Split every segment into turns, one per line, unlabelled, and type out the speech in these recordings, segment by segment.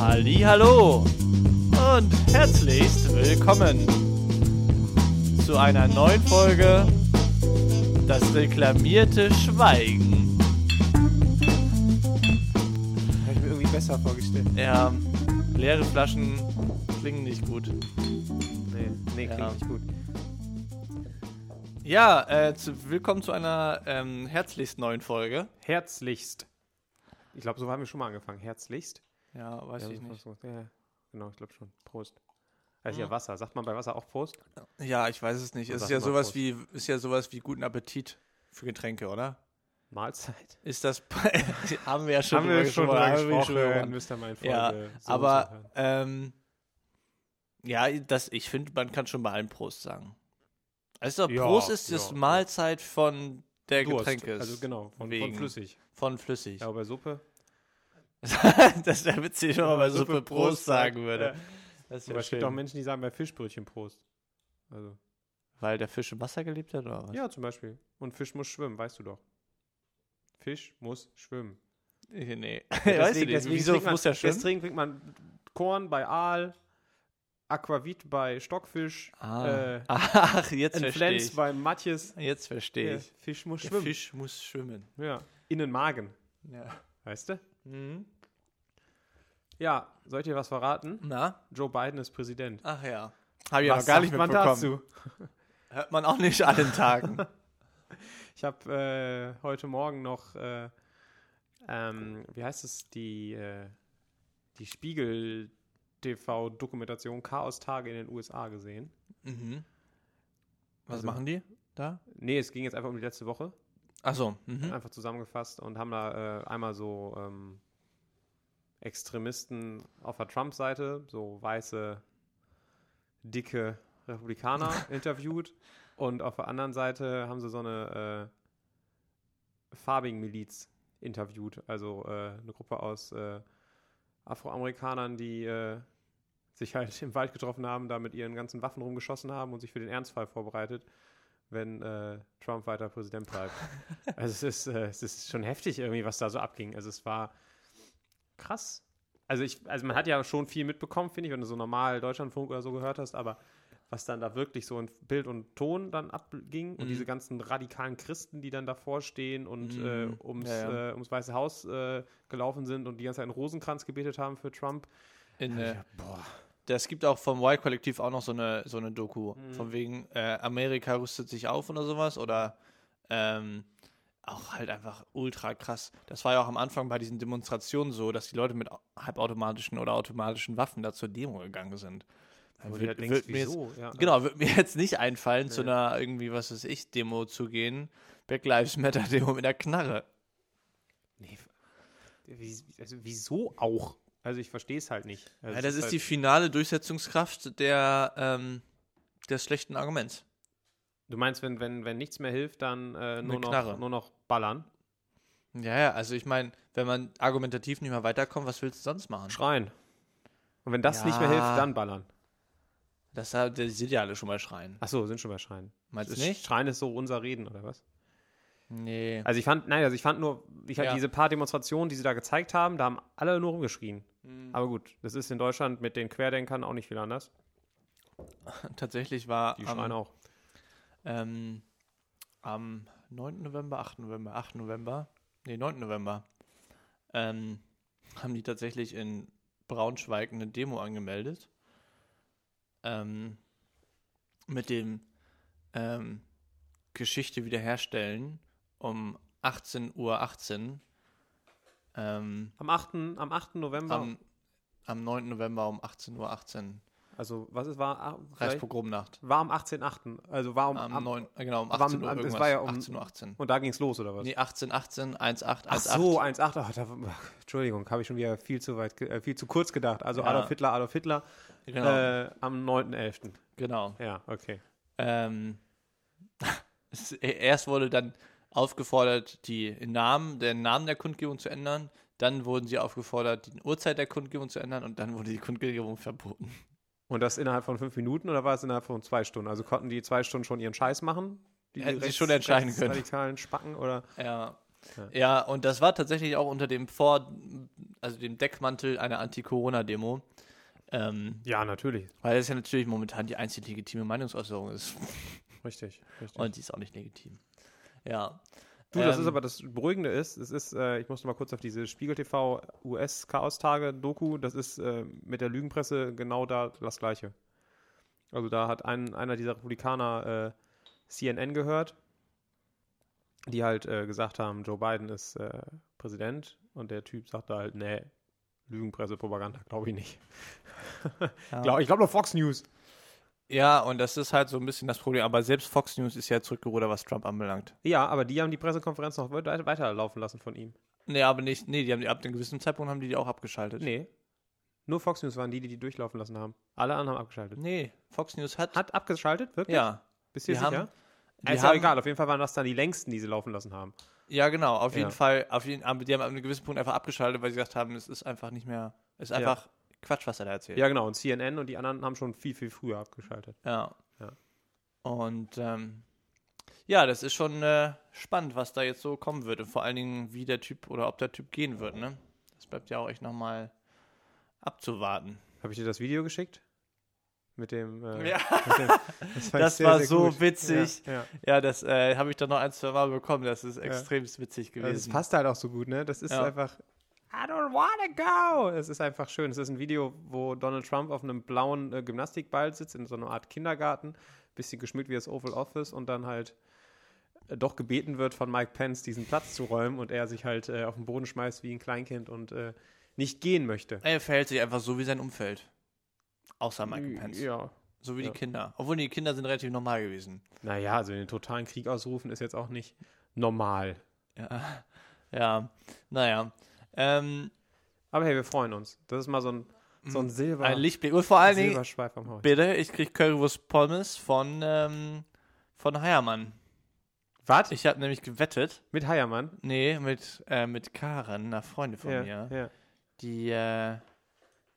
Hallo und herzlichst willkommen zu einer neuen Folge Das reklamierte Schweigen.
Habe ich mir irgendwie besser vorgestellt.
Ja, leere Flaschen klingen nicht gut.
Nee, nee klingt
Ja.
nicht gut.
Ja, äh, zu, willkommen zu einer ähm, herzlichst neuen Folge.
Herzlichst. Ich glaube, so haben wir schon mal angefangen. Herzlichst.
Ja, weiß ich nicht.
so- Ja, genau, ich glaube schon. Prost. Das ist
Mhm.
ja Wasser. Sagt man bei Wasser auch Prost?
Ja, ich weiß es nicht.
Man
Es ist
sagt
ja
mal
sowas
Prost.
wie ist ja sowas wie guten Appetit für Getränke, oder?
Mahlzeit.
Ist das haben wir ja schon drüber gesprochen, haben wir schon drüber gesprochen.
Müsst ihr mal in Folge
Ja,
so und so
aber
hören.
ähm, ja, das, ich finde, man kann schon bei allem Prost sagen. Also
Ja,
Prost ist das
ja, ja.
Mahlzeit von der
Durst.
Getränke ist.
Also genau, von, von
wegen-
flüssig.
Von flüssig.
Ja, aber bei Suppe.
das wäre witzig, wenn man Genau, bei Suppe Prost sagen würde.
Ja.
Das
Aber
wär
es gibt
schön.
auch Menschen, die sagen bei Fischbrötchen Prost. Also,
Weil der Fisch im Wasser gelebt hat, oder was?
ja, zum Beispiel. Und Fisch muss schwimmen, weißt du doch. Fisch muss schwimmen.
Nee.
Ja,
weißt du nicht, wieso
trinkt man,
muss der schwimmen?
Deswegen trinkt man Korn bei Aal, Aquavit bei Stockfisch,
Ah.
äh,
Ach, jetzt
ein
verstehe
Flens
ich.
bei Matjes.
Jetzt verstehe
Der
ich.
Fisch muss
Der
schwimmen.
Fisch muss schwimmen.
Ja. In den Magen,
Ja.
weißt du?
Mhm.
Ja, sollt ihr was verraten?
Na?
Joe Biden ist Präsident.
Ach ja. Habe ich ja
was
noch gar nicht
sagt man
mitbekommen.
dazu?
Hört man auch nicht an den Tagen.
Ich habe äh, heute Morgen noch, äh, ähm, wie heißt es, die, äh, die Spiegel-TV-Dokumentation Chaos-Tage in den USA gesehen.
mhm. Was
Also-
machen die da?
Nee, es ging jetzt einfach um die letzte Woche.
Achso. Mhm.
einfach zusammengefasst und haben da äh, einmal so ähm, Extremisten auf der Trump-Seite, so weiße, dicke Republikaner interviewt. Und auf der anderen Seite haben sie so eine äh, Farbing-Miliz interviewt, also äh, eine Gruppe aus äh, Afroamerikanern, die äh, sich halt im Wald getroffen haben, da mit ihren ganzen Waffen rumgeschossen haben und sich für den Ernstfall vorbereitet, wenn äh, Trump weiter Präsident bleibt. Also es ist, äh, es ist schon heftig irgendwie, was da so abging. Also es war krass. Also ich, also man hat ja schon viel mitbekommen, finde ich, wenn du so normal Deutschlandfunk oder so gehört hast, aber was dann da wirklich so in Bild und Ton dann abging und
Mhm.
diese ganzen radikalen Christen, die dann davor stehen und äh,
Mhm.
ums,
Ja, ja.
Äh, ums Weiße Haus äh, gelaufen sind und die ganze Zeit einen Rosenkranz gebetet haben für Trump.
In,
Ja,
äh,
boah.
das gibt auch vom Y-Kollektiv auch noch so eine, so eine Doku.
Mhm.
Von wegen äh, Amerika rüstet sich auf oder sowas. Oder ähm, auch halt einfach ultra krass. Das war ja auch am Anfang bei diesen Demonstrationen so, dass die Leute mit au- halbautomatischen oder automatischen Waffen da zur Demo gegangen sind.
Wo
Wird-
du halt denkst,
wird mir jetzt-
wieso? Ja.
Genau, wird mir jetzt nicht einfallen, zu
Nee.
einer irgendwie, was weiß ich, Demo zu gehen. Black Lives Matter Demo mit einer Knarre.
Nee, wie, also wieso auch? Also ich verstehe es halt nicht. Also
Ja, das ist
halt,
die finale Durchsetzungskraft der, ähm, des schlechten Arguments.
Du meinst, wenn, wenn, wenn nichts mehr hilft, dann äh, nur,
Knarre.
noch, nur noch ballern?
Ja, ja, also ich meine, wenn man argumentativ nicht mehr weiterkommt, was willst du sonst machen?
Schreien. Und wenn das nicht mehr hilft,
Ja.
dann ballern.
Das hat- die sind ja alle schon mal schreien.
Ach so, sind schon bei Schreien.
Meinst du
Ist-
nicht?
Schreien ist so unser Reden, oder was?
Nee.
Also ich fand, nein, also ich fand nur, ich hatte
Ja.
diese paar Demonstrationen, die sie da gezeigt haben, da haben alle nur rumgeschrien.
Mhm.
Aber gut, das ist in Deutschland mit den Querdenkern auch nicht viel anders.
Tatsächlich war
Die schreien
am,
auch.
ähm, am 9. November, 8. November, 8. November, nee, 9. November, ähm, haben die tatsächlich in Braunschweig eine Demo angemeldet. Ähm, mit dem ähm, Geschichte wiederherstellen um 18.18 Uhr. ähm,
Am 8. Am 8. November,
am, am 9. November um 18.18 Uhr.
also was ist, war, ah, vielleicht-
Reichspogromnacht.
war am 18.8., also war um,
Am,
am-
9. äh, Genau, um
aber am-
18 Uhr.
am- es
Irgendwas.
war ja um-
18.18 Uhr. 18.
und da ging es los, oder was?
Nee, 1818, 1818.
Ach so, 1,8. Ach, da, ach, Entschuldigung, habe ich schon wieder viel zu weit, ge- äh, viel zu kurz gedacht. Also
Ja.
Adolf Hitler, Adolf Hitler
Genau.
äh, am 9.11.
genau.
Ja, okay.
Ähm, es- äh, erst wurde dann aufgefordert, die Namen, den Namen der Kundgebung zu ändern. Dann wurden sie aufgefordert, die Uhrzeit der Kundgebung zu ändern. Und dann wurde die Kundgebung verboten.
Und das innerhalb von fünf Minuten oder war es innerhalb von zwei Stunden? Also konnten die zwei Stunden schon ihren Scheiß machen?
Hätten sie schon Äh, entscheiden können.
Radikalen Spacken oder?
Ja, Ja. und das war tatsächlich auch unter dem Vor-, also dem Deckmantel einer Anti-Corona-Demo. Ähm,
Ja, natürlich.
weil das ja natürlich momentan die einzig legitime Meinungsäußerung ist.
Richtig. richtig.
Und die ist auch nicht legitim. Ja.
Du, das
Ähm,
ist aber das Beruhigende ist, es ist, äh, ich musste mal kurz auf diese Spiegel TV US Chaos-Tage Doku, das ist äh, mit der Lügenpresse genau da das Gleiche. Also da hat ein, einer dieser Republikaner äh, CNN gehört, die halt äh, gesagt haben, Joe Biden ist äh, Präsident und der Typ sagt da halt, nee, Lügenpresse, Propaganda, glaube ich nicht.
Ja.
Glaub, ich glaube nur Fox News.
Ja, und das ist halt so ein bisschen das Problem. Aber selbst Fox News ist ja zurückgerudert, was Trump anbelangt.
Ja, aber die haben die Pressekonferenz noch weit- weiterlaufen lassen von ihm.
Nee, aber nicht. Nee, die haben die ab einem gewissen Zeitpunkt haben die die auch abgeschaltet.
Nee. Nur Fox News waren die, die die durchlaufen lassen haben. Alle anderen haben abgeschaltet.
Nee, Fox News hat.
Hat abgeschaltet? Wirklich?
ja.
Bist du dir
wir haben-
sicher? Also
die
ist ja
haben-
egal. Auf jeden Fall waren das dann die längsten, die sie laufen lassen haben.
Ja, genau. Auf
Ja.
jeden Fall. Auf jeden, aber die haben ab einem gewissen Punkt einfach abgeschaltet, weil sie gesagt haben, es ist einfach nicht mehr. Es ist
Ja.
einfach Quatsch, was er da erzählt.
Ja, genau. Und CNN und die anderen haben schon viel, viel früher abgeschaltet.
Ja.
Ja.
Und ähm, ja, das ist schon äh, spannend, was da jetzt so kommen wird. Und vor allen Dingen, wie der Typ oder ob der Typ gehen wird, ne? Das bleibt ja auch echt nochmal abzuwarten.
Habe ich dir das Video geschickt? Mit dem. Äh,
Ja.
mit dem das fand
Das
ich sehr,
war
sehr
so
gut.
witzig.
Ja, ja.
Ja, das äh, habe ich dann noch ein, zwei Mal bekommen. Das ist extremst witzig
Also es
gewesen.
passt halt auch so gut, ne? Das ist
Ja.
einfach. I don't wanna go! Es ist einfach schön. Es ist ein Video, wo Donald Trump auf einem blauen äh, Gymnastikball sitzt, in so einer Art Kindergarten, bisschen geschmückt wie das Oval Office und dann halt äh, doch gebeten wird von Mike Pence, diesen Platz zu räumen und er sich halt äh, auf den Boden schmeißt wie ein Kleinkind und äh, nicht gehen möchte.
er verhält sich einfach so wie sein Umfeld. Außer Michael Pence.
Ja.
So wie
Ja.
die Kinder. Obwohl die Kinder sind relativ normal gewesen.
Naja, also den totalen Krieg ausrufen ist jetzt auch nicht normal.
Ja, ja. naja. Ähm,
Aber hey, wir freuen uns. Das ist mal so ein, so ein Silber,
Hm. ein Lichtblick. Und vor allen Dingen,
Silberschweif am Haus.
bitte, ich krieg Currywurst Pommes von, ähm, von Heiermann.
Was?
Ich habe nämlich gewettet,
Mit Heiermann?
nee, mit, äh, mit Karen, einer Freundin von
ja,
mir,
ja.
die, äh,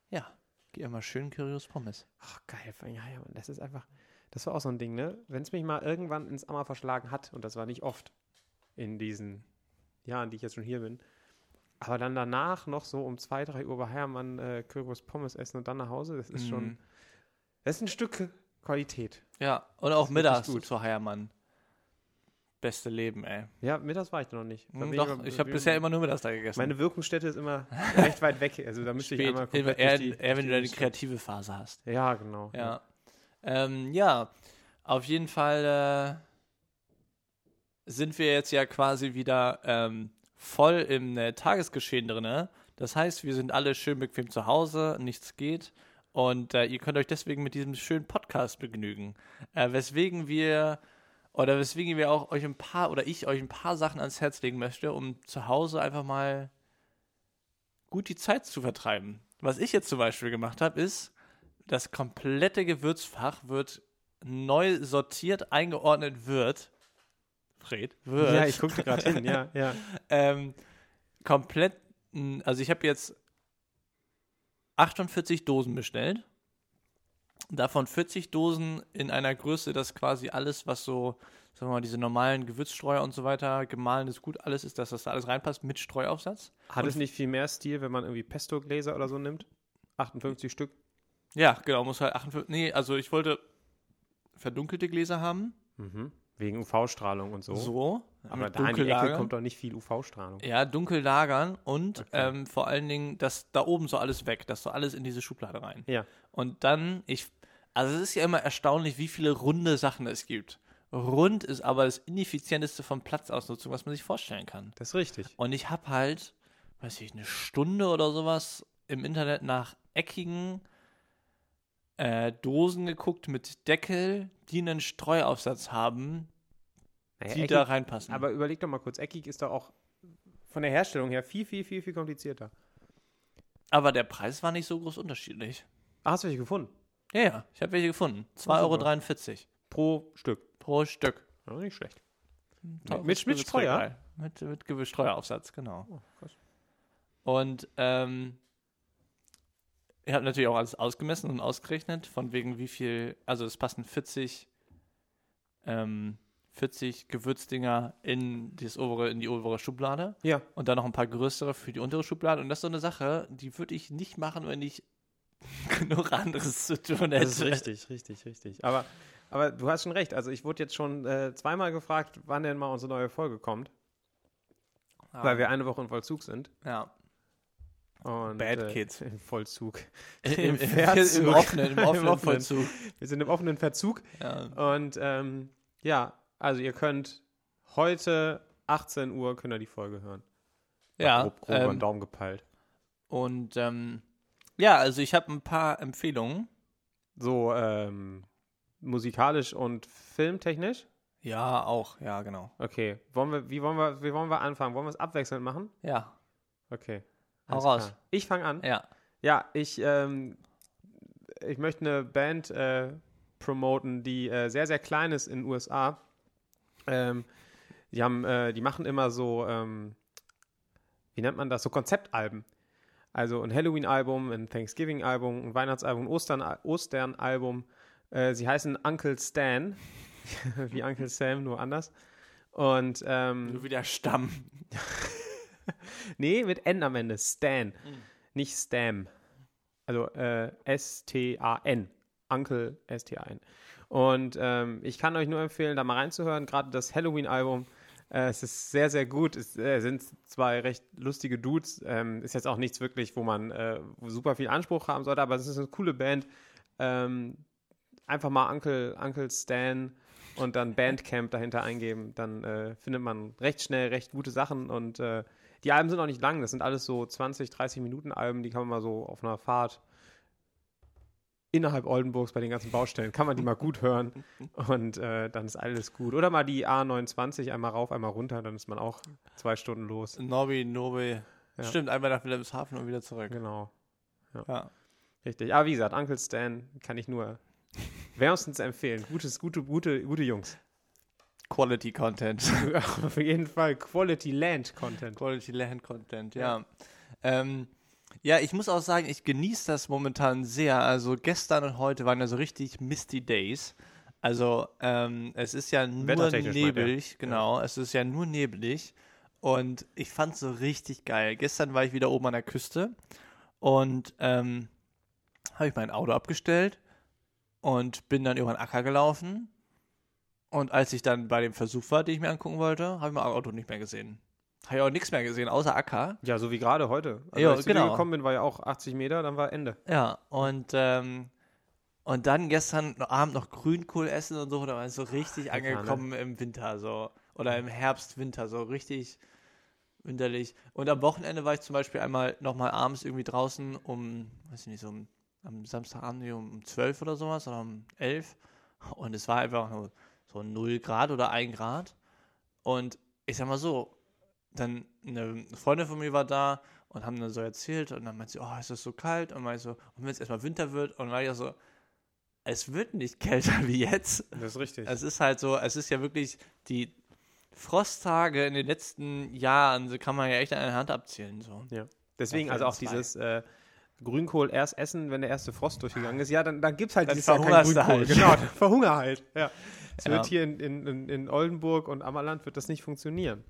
ja, geht immer schön Currywurst Pommes.
Ach, geil, vor allem, ja, ja, Mann, das ist einfach, das war auch so ein Ding, ne? Wenn es mich mal irgendwann ins Ammer verschlagen hat, und das war nicht oft in diesen Jahren, die ich jetzt schon hier bin, aber dann danach noch so um 2, 3 Uhr bei Hermann äh, Currywurst Pommes essen und dann nach Hause, das ist schon,
Mhm.
das ist ein Stück Qualität.
Ja, und auch
ist wirklich
mittags
gut.
zu Heiermann. Beste Leben, ey.
Ja, mittags war ich da noch nicht. Da
Hm,
bin
Doch,
immer-
ich habe
bin-
bisher immer nur mittags da gegessen.
Meine Wirkungsstätte ist immer recht weit weg, also da müsste ich
Spät,
einmal
eher,
komplett durch die-
eher wenn du deine
durch die Innenstadt-
kreative Phase hast.
Ja, genau.
Ja. Ähm, ja, auf jeden Fall äh, sind wir jetzt ja quasi wieder ähm, voll im äh, Tagesgeschehen drin. Das heißt, wir sind alle schön bequem zu Hause, nichts geht. Und äh, ihr könnt euch deswegen mit diesem schönen Podcast begnügen. Äh, weswegen wir oder weswegen wir auch euch ein paar oder ich euch ein paar Sachen ans Herz legen möchte, um zu Hause einfach mal gut die Zeit zu vertreiben. Was ich jetzt zum Beispiel gemacht habe, ist, das komplette Gewürzfach wird neu sortiert, eingeordnet wird. Fred? Wird.
Ja, ich guckte gerade hin, ja, ja.
ähm, komplett, n- also ich habe jetzt 48 Dosen bestellt. Davon 40 Dosen in einer Größe, dass quasi alles, was so, sagen wir mal, diese normalen Gewürzstreuer und so weiter, gemahlenes Gut, alles ist, dass das da alles reinpasst mit Streuaufsatz.
Hat
Und-
es nicht viel mehr Stil, wenn man irgendwie Pesto-Gläser oder so nimmt? 58 Stück.
Ja, genau, muss halt 48, nee, also ich wollte verdunkelte Gläser haben.
Wegen UV-Strahlung und so.
So.
Aber
mit
da in die Ecke
Dunkellagern.
kommt doch nicht viel UV-Strahlung.
Ja, dunkel lagern und
Okay.
ähm, vor allen Dingen, dass da oben so alles weg, dass so alles in diese Schublade rein.
Ja.
Und dann, ich, also es ist ja immer erstaunlich, wie viele runde Sachen es gibt. Rund ist aber das ineffizienteste von Platzausnutzung, was man sich vorstellen kann.
Das ist richtig.
Und ich habe halt, weiß ich, eine Stunde oder sowas im Internet nach eckigen äh, Dosen geguckt mit Deckel, die einen Streuaufsatz haben,
Naja,
die
eckig,
da reinpassen.
aber überleg doch mal kurz, eckig ist doch auch von der Herstellung her viel, viel, viel, viel komplizierter.
aber der Preis war nicht so groß unterschiedlich.
Ah, hast du welche gefunden?
Ja, ja, ich habe welche gefunden.
super.
2,43 Euro
Pro Stück.
pro Stück.
Ja, nicht schlecht.
Teures
mit- mit Streuer?
Gewürzregal. Mit, mit Gew- Streueraufsatz, genau.
Oh, krass.
Und ähm, ich habe natürlich auch alles ausgemessen und ausgerechnet, von wegen wie viel, also es passen 40, ähm, 40 Gewürzdinger in, das obere, in die obere Schublade
Ja.
und dann noch ein paar größere für die untere Schublade. Und das ist so eine Sache, die würde ich nicht machen, wenn ich genug anderes zu tun hätte.
Das ist richtig, richtig, richtig. Aber, aber du hast schon recht. Also ich wurde jetzt schon äh, zweimal gefragt, wann denn mal unsere neue Folge kommt,
Ja.
weil wir eine Woche im Vollzug sind.
ja.
Und,
Bad Kids.
Im Vollzug.
Im, im,
Verzug.
im offenen, im offenen,
offenen.
Vollzug.
Wir sind im offenen Verzug.
Ja.
Und ähm, ja, also ihr könnt heute 18 Uhr könnt ihr die Folge hören.
ja
grob, grob über den
ähm,
Daumen gepeilt.
Und ähm, ja, also ich habe ein paar Empfehlungen.
So ähm, musikalisch und filmtechnisch.
Ja, auch, ja, genau.
Okay, wollen wir, wie wollen wir, wie wollen wir anfangen? Wollen wir es abwechselnd machen?
Ja,
Okay.
Hau
Alles
raus.
klar. Ich fange an.
ja.
Ja, ich, ähm, ich möchte eine Band äh, promoten, die äh, sehr, sehr klein ist in den USA. Ähm, die, haben, äh, die machen immer so, ähm, wie nennt man das, so Konzeptalben. Also ein Halloween-Album, ein Thanksgiving-Album, ein Weihnachtsalbum, ein Ostern, Ostern-Album. Äh, sie heißen Uncle Stan, wie Uncle Sam, nur anders. Und ähm,
Nur wieder Stamm.
Nee, mit N am Ende. Stan. Nicht Stam. Also äh, S-T-A-N. Uncle S-T-A-N. Und ähm, ich kann euch nur empfehlen, da mal reinzuhören. Gerade das Halloween-Album. Äh, es ist sehr, sehr gut. Es äh, sind zwei recht lustige Dudes. Ähm, ist jetzt auch nichts wirklich, wo man äh, super viel Anspruch haben sollte, aber es ist eine coole Band. Ähm, einfach mal Uncle, Uncle Stan und dann Bandcamp dahinter eingeben. Dann äh, findet man recht schnell recht gute Sachen und äh, die Alben sind auch nicht lang, das sind alles so 20, 30 Minuten Alben, die kann man mal so auf einer Fahrt innerhalb Oldenburgs bei den ganzen Baustellen, kann man die mal gut hören und äh, dann ist alles gut. Oder mal die A29 einmal rauf, einmal runter, dann ist man auch zwei Stunden los.
Norbi, Nobel.
Ja.
Stimmt, einmal nach Wilhelmshaven und wieder zurück.
Genau,
Ja.
richtig. Aber wie gesagt, Uncle Stan kann ich nur wärmstens empfehlen. Gutes, gute, gute, gute Jungs.
Quality Content.
Auf jeden Fall Quality Land Content.
Quality Land Content, ja. Ja. Ähm, ja, ich muss auch sagen, ich genieße das momentan sehr. Also gestern und heute waren ja so richtig misty Days. Also ähm, es ist ja nur
Wettertechnisch meint er.
nebelig, genau. Es ist ja nur nebelig. Und ich fand es so richtig geil. Gestern war ich wieder oben an der Küste und ähm, habe ich mein Auto abgestellt und bin dann über den Acker gelaufen. Und als ich dann bei dem Versuch war, den ich mir angucken wollte, habe ich mein Auto nicht mehr gesehen. Habe ich auch nichts mehr gesehen, außer Acker.
Ja, so wie gerade heute. Also,
Ja,
als ich zu dir
genau.
gekommen bin, war ja auch 80 Meter, dann war Ende.
Ja, und, ähm, und dann gestern Abend noch Grünkohl essen und so, da war ich so richtig
Lecker, ne?
angekommen im Winter, so. Oder im Herbst, Winter, so richtig winterlich. Und am Wochenende war ich zum Beispiel einmal nochmal abends irgendwie draußen um, weiß ich nicht, so um, am Samstagabend irgendwie um 12 oder sowas oder um 11. Und es war einfach nur so 0 Grad oder 1 Grad. Und ich sag mal so, dann eine Freundin von mir war da und haben dann so erzählt und dann meint sie, oh, ist das so kalt? Und meinte ich so, und wenn es erstmal Winter wird? Und dann war ich auch so, es wird nicht kälter wie jetzt.
Das ist richtig.
Es ist halt so, es ist ja wirklich die Frosttage in den letzten Jahren, so kann man ja echt an der Hand abzählen. So.
Deswegen,
Ja,
also auch
zwei.
dieses äh, Grünkohl erst essen, wenn der erste Frost durchgegangen ist. Ja, dann, dann gibt es halt
Dann
dieses Jahr kein
verhungerst du
Grünkohl.
halt.
Genau, dann verhunger halt. Ja. Es
Ja.
wird hier in, in, in- in Oldenburg und Ammerland wird das nicht funktionieren.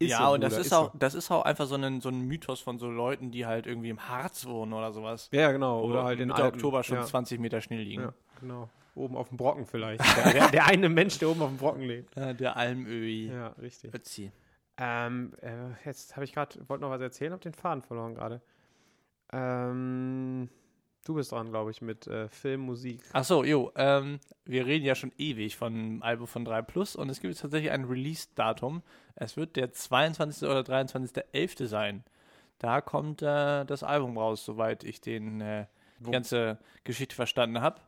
Ist
ja,
so,
und das
Bruder,
ist, auch, das ist auch einfach so ein, so ein Mythos von so Leuten, die halt irgendwie im Harz wohnen oder sowas.
So. Ja, genau.
Wo
Oder halt in
Mitte
Alpen.
Oktober schon
ja.
20 Meter Schnee liegen.
ja, genau. Oben auf dem Brocken vielleicht. der, der, der eine Mensch, der oben auf dem Brocken lebt.
Äh, der Almöhi.
Ja, richtig.
Ötzi.
Ähm, äh, jetzt habe ich gerade, wollte noch was erzählen, habe den Faden verloren gerade. Ähm, du bist dran, glaube ich, mit äh, Film, Musik.
Ach so, jo, ähm, wir reden ja schon ewig von einem Album von 3 Plus und es gibt jetzt tatsächlich ein Release-Datum. Es wird der 22. oder 23.11. sein. Da kommt äh, das Album raus, soweit ich den, äh, die
Wo-
ganze Geschichte verstanden habe.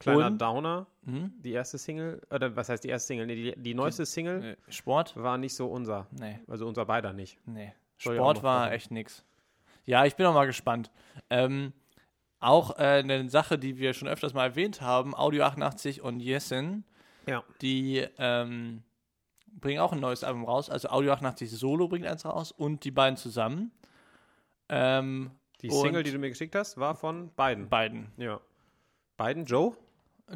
Kleiner
Und-
Downer.
Mhm.
Die erste Single, oder was heißt die erste Single? Nee, die, die neueste Single
Äh, Sport?
war nicht so unser.
Nee,
Also unser beider nicht.
nee.
Soll ja auch
Sport
noch
war
kommen.
echt nix. Ja, ich bin auch mal gespannt. Ähm, auch äh, eine Sache, die wir schon öfters mal erwähnt haben, Audio 88 und Yesin.
Ja.
die ähm, bringen auch ein neues Album raus. Also Audio 88 Solo bringt eins raus und die beiden zusammen. Ähm,
Die
Und-
Single, die du mir geschickt hast, war von beiden.
Biden.
ja. Biden, Joe?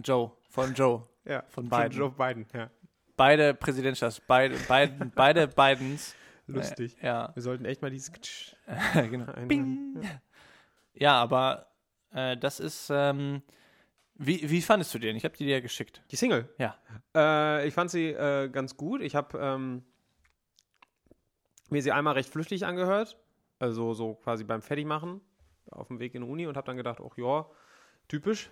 Joe. Von Joe.
Ja.
Von
Von
Biden.
Joe Biden, ja.
beide Präsidentschafts, beide, beide, beide Bidens.
Lustig.
Äh, ja,
Wir sollten echt mal dieses Ktsch
genau.
einhören.
Bing. Ja, aber äh, das ist. Ähm, wie, wie fandest du den? Ich habe die dir ja geschickt.
Die Single?
Ja.
Äh, ich fand sie äh, ganz gut. Ich habe ähm, mir sie einmal recht flüchtig angehört. Also so quasi beim Fertigmachen auf dem Weg in die Uni und habe dann gedacht, ach ja, typisch.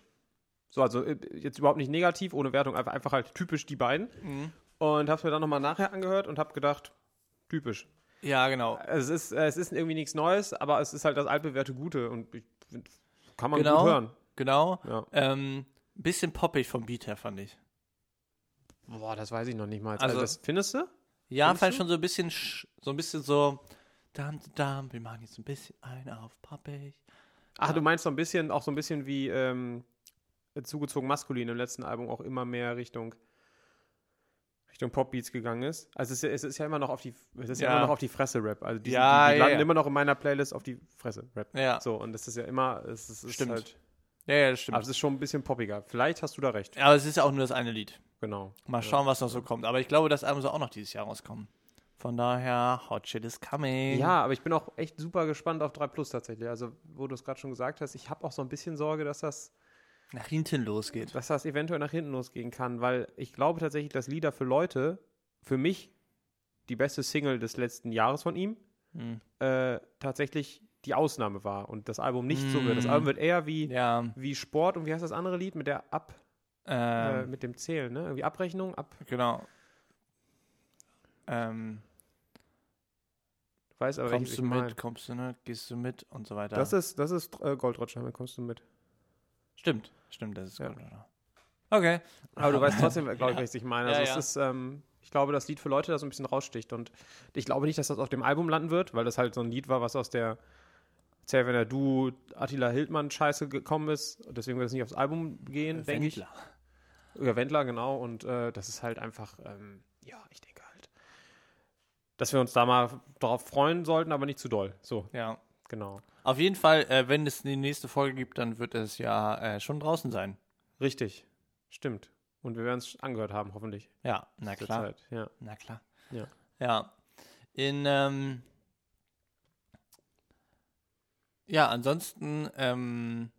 So, also äh, jetzt überhaupt nicht negativ, ohne Wertung, einfach, einfach halt typisch die beiden. Und habe es mir dann nochmal nachher angehört und habe gedacht, typisch.
Ja, genau.
Also es ist, äh, es ist irgendwie nichts Neues, aber es ist halt das altbewährte Gute und ich, find, kann man
Genau.
gut hören.
Genau.
Ja.
Ähm, bisschen poppig vom Beat her, fand ich.
Boah, das weiß ich noch nicht mal. Also,
Also-
das findest du?
Ja,
Findest
fand
du?
schon so ein bisschen, sch- so ein bisschen so, dam, dam, wir machen jetzt ein bisschen ein auf poppig.
Ach,
Ja.
Ah, du meinst so ein bisschen, auch so ein bisschen wie ähm, zugezogen maskulin im letzten Album auch immer mehr Richtung Richtung Popbeats gegangen ist. Also es ist, ja- es ist ja immer noch auf die, es ist ja.
Ja.
immer noch auf die Fresse Rap. Also die, sind-
Ja,
die, die
ja,
landen
ja.
immer noch in meiner Playlist auf die Fresse Rap.
Ja,
So und das ist ja immer, es ist, es
Stimmt.
ist halt,
ja, ja das stimmt.
aber es ist schon ein bisschen poppiger. Vielleicht hast du da recht.
Aber es ist ja auch nur das eine Lied.
Genau.
Mal schauen, was noch so kommt. Aber ich glaube, das Album soll auch noch dieses Jahr rauskommen. Von daher, Hot Shit is coming.
Ja, aber ich bin auch echt super gespannt auf 3 Plus tatsächlich. Also, wo du es gerade schon gesagt hast, ich habe auch so ein bisschen Sorge, dass das
Nach hinten losgeht.
dass das eventuell nach hinten losgehen kann, weil ich glaube tatsächlich, dass Lieder für Leute, für mich die beste Single des letzten Jahres von ihm,
Hm.
äh, tatsächlich die Ausnahme war und das Album nicht so wird. Das
Mm.
Album wird eher wie,
Ja,
wie Sport und wie heißt das andere Lied mit der Ab, äh,
ähm,
mit dem Zählen, ne? Irgendwie Abrechnung, ab,
genau. Ähm,
weiß aber
kommst
welches
du
ich
mit,
mein.
kommst du nicht, gehst du mit und so weiter.
Das ist, das ist äh, Goldrutsch, damit kommst du mit.
stimmt, stimmt, das ist
Ja.
gut. Oder? Okay.
Aber du weißt trotzdem, glaube ich,
Ja.
was ich meine. Also
Ja,
es
ja.
ist, ähm, ich glaube, das Lied für Leute, das so ein bisschen raussticht. Und ich glaube nicht, dass das auf dem Album landen wird, weil das halt so ein Lied war, was aus der Zerwener Du, Attila Hildmann-Scheiße gekommen ist. Deswegen wird es nicht aufs Album gehen, denke ich.
Äh, Wendler.
Ja, Wendler, genau. Und äh, das ist halt einfach, ähm, ja, ich denke halt, dass wir uns da mal drauf freuen sollten, aber nicht zu doll. So,
Ja.
genau.
Auf jeden Fall, äh, wenn es die nächste Folge gibt, dann wird es ja äh, schon draußen sein.
Richtig. Stimmt. Und wir werden es angehört haben, hoffentlich.
Ja, na
zur
klar.
Zeit. Ja.
Na klar.
Ja.
Ja. In, ähm, ja, ansonsten, ähm,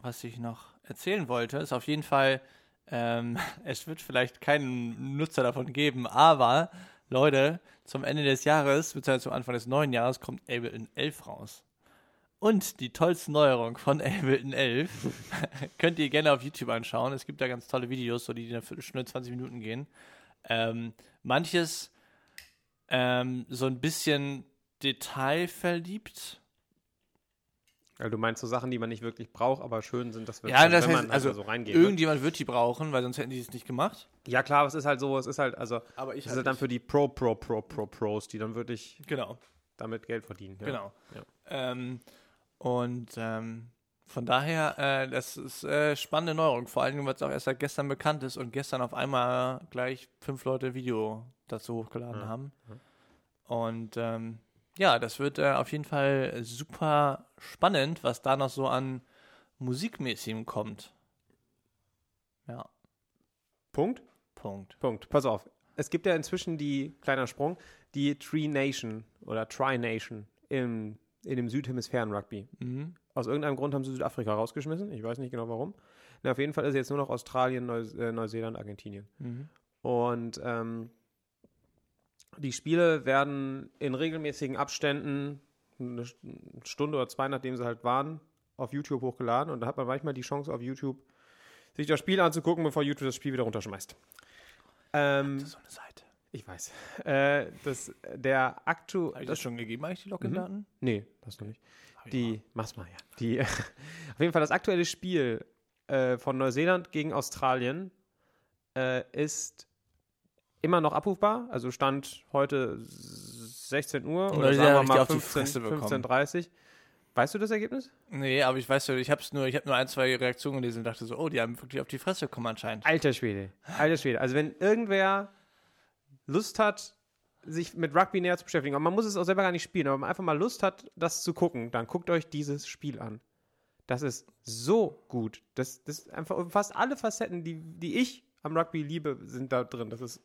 was ich noch erzählen wollte, ist auf jeden Fall, ähm, es wird vielleicht keinen Nutzer davon geben, aber Leute, zum Ende des Jahres, beziehungsweise zum Anfang des neuen Jahres, kommt Ableton 11 raus. Und die tollste Neuerung von Ableton 11 könnt ihr gerne auf YouTube anschauen. Es gibt da ganz tolle Videos, so die in einer Viertelstunde, 20 Minuten gehen. Ähm, manches ähm, so ein bisschen detailverliebt.
Also du meinst so Sachen, die man nicht wirklich braucht, aber schön sind, dass wir
Ja, das heißt,
man
also
so reingeht. ne?
Irgendjemand wird die brauchen, weil sonst hätten die es nicht gemacht.
Ja klar, aber es ist halt so, es ist halt, also
Aber ich
es ist halt dann für die Pro, Pro, Pro, Pro, Pros, die dann wirklich
Genau,
damit Geld verdienen. Ja.
genau.
Ja.
Ähm, und ähm, von daher, äh, das ist äh, spannende Neuerung. Vor allen Dingen, weil es auch erst seit gestern bekannt ist und gestern auf einmal gleich fünf Leute Video dazu hochgeladen
Ja.
haben.
Ja.
Und ähm, ja, das wird äh, auf jeden Fall super spannend, was da noch so an musikmäßigem kommt. Ja,
Punkt,
Punkt.
Punkt. Pass auf. Es gibt ja inzwischen die, kleiner Sprung, die Tree Nation oder Tri Nation im, in dem Südhemisphären Rugby.
Mhm.
Aus irgendeinem Grund haben sie Südafrika rausgeschmissen. Ich weiß nicht genau warum. Na, auf jeden Fall ist jetzt nur noch Australien, Neu äh, Neuseeland, Argentinien.
Mhm.
Und ähm, die Spiele werden in regelmäßigen Abständen, eine Sch- eine Stunde oder zwei, nachdem sie halt waren, auf YouTube hochgeladen. Und da hat man manchmal die Chance auf YouTube, sich das Spiel anzugucken, bevor YouTube das Spiel wieder runterschmeißt. Ähm,
Das ist so eine Seite.
ich weiß. Äh, das, der aktu...
Habe ich das Mhm. schon gegeben, eigentlich, die Login-Daten?
Nee, das noch nicht.
Hab ich
Die, mach's mal, ja. Die, auf jeden Fall das aktuelle Spiel äh, von Neuseeland gegen Australien äh, ist immer noch abrufbar. Also Stand heute 16 Uhr
Und
oder
Neuseeland
sagen wir
hat
mal
richtig auf die
15,
Fresse bekommen.
15.30 Weißt du das Ergebnis?
Nee, aber ich weiß ja, ich hab's nur, ich habe nur ein, zwei Reaktionen gelesen und dachte so, oh, die haben wirklich auf die Fresse bekommen anscheinend.
Alter Schwede. Alter Schwede. Also wenn irgendwer Lust hat, sich mit Rugby näher zu beschäftigen, aber man muss es auch selber gar nicht spielen, aber wenn man einfach mal Lust hat, das zu gucken, dann guckt euch dieses Spiel an. Das ist so gut. Das, das ist einfach fast alle Facetten, die, die ich am Rugby liebe, sind da drin. Das ist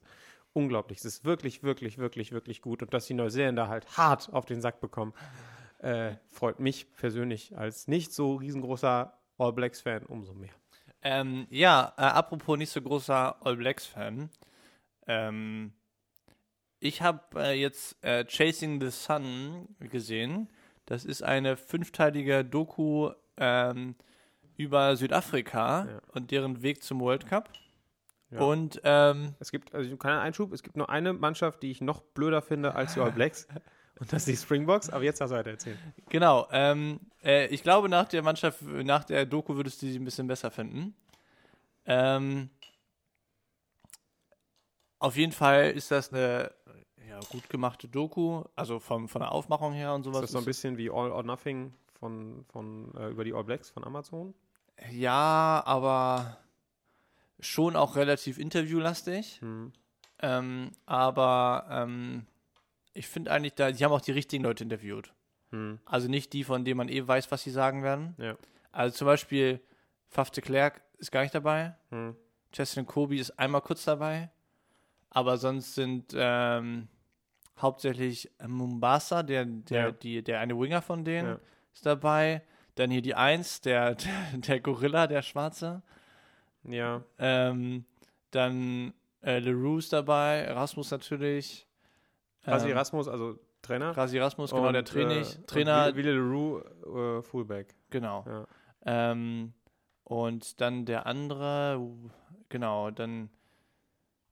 unglaublich. Es ist wirklich, wirklich, wirklich, wirklich gut. Und dass die Neuseeländer halt hart auf den Sack bekommen, äh, freut mich persönlich als nicht so riesengroßer All Blacks-Fan umso mehr.
Ähm, ja, äh, apropos nicht so großer All Blacks-Fan. Ähm, ich habe äh, jetzt äh, Chasing the Sun gesehen. Das ist eine fünfteilige Doku ähm, über Südafrika
Ja.
und deren Weg zum World Cup.
Ja.
Und ähm,
Es gibt, also keinen Einschub, es gibt nur eine Mannschaft, die ich noch blöder finde als die All Blacks. Und das ist die Springboks, aber jetzt hast du weiter erzählt.
genau, ähm, äh, ich glaube, nach der Mannschaft, nach der Doku würdest du sie ein bisschen besser finden. Ähm, auf jeden Fall ist das eine ja, gut gemachte Doku, also vom, von der Aufmachung her und
Ist
sowas.
das so ein bisschen wie All or Nothing von, von, äh, über die All Blacks von Amazon?
Ja, aber schon auch relativ interviewlastig.
Hm.
Ähm, aber ähm, ich finde eigentlich, da, die haben auch die richtigen Leute interviewt.
Hm.
Also nicht die, von denen man eh weiß, was sie sagen werden.
Ja.
Also zum Beispiel Faf de Klerk ist gar nicht dabei.
Hm.
Justin Kobe ist einmal kurz dabei. Aber sonst sind ähm, hauptsächlich Mombasa, der, der,
Ja.
die, der eine Winger von denen,
Ja.
ist dabei. Dann hier die Eins, der, der, der Gorilla, der Schwarze.
Ja.
Ähm, dann äh, LeRoux ist dabei, Erasmus natürlich.
Quasi
ähm,
Erasmus, also Trainer.
Quasi Erasmus, genau,
Und, äh,
der Training,
und
Trainer,
Wille Wille Leroux, äh, Fullback.
genau.
Ja.
Ähm, und dann der andere, genau, dann.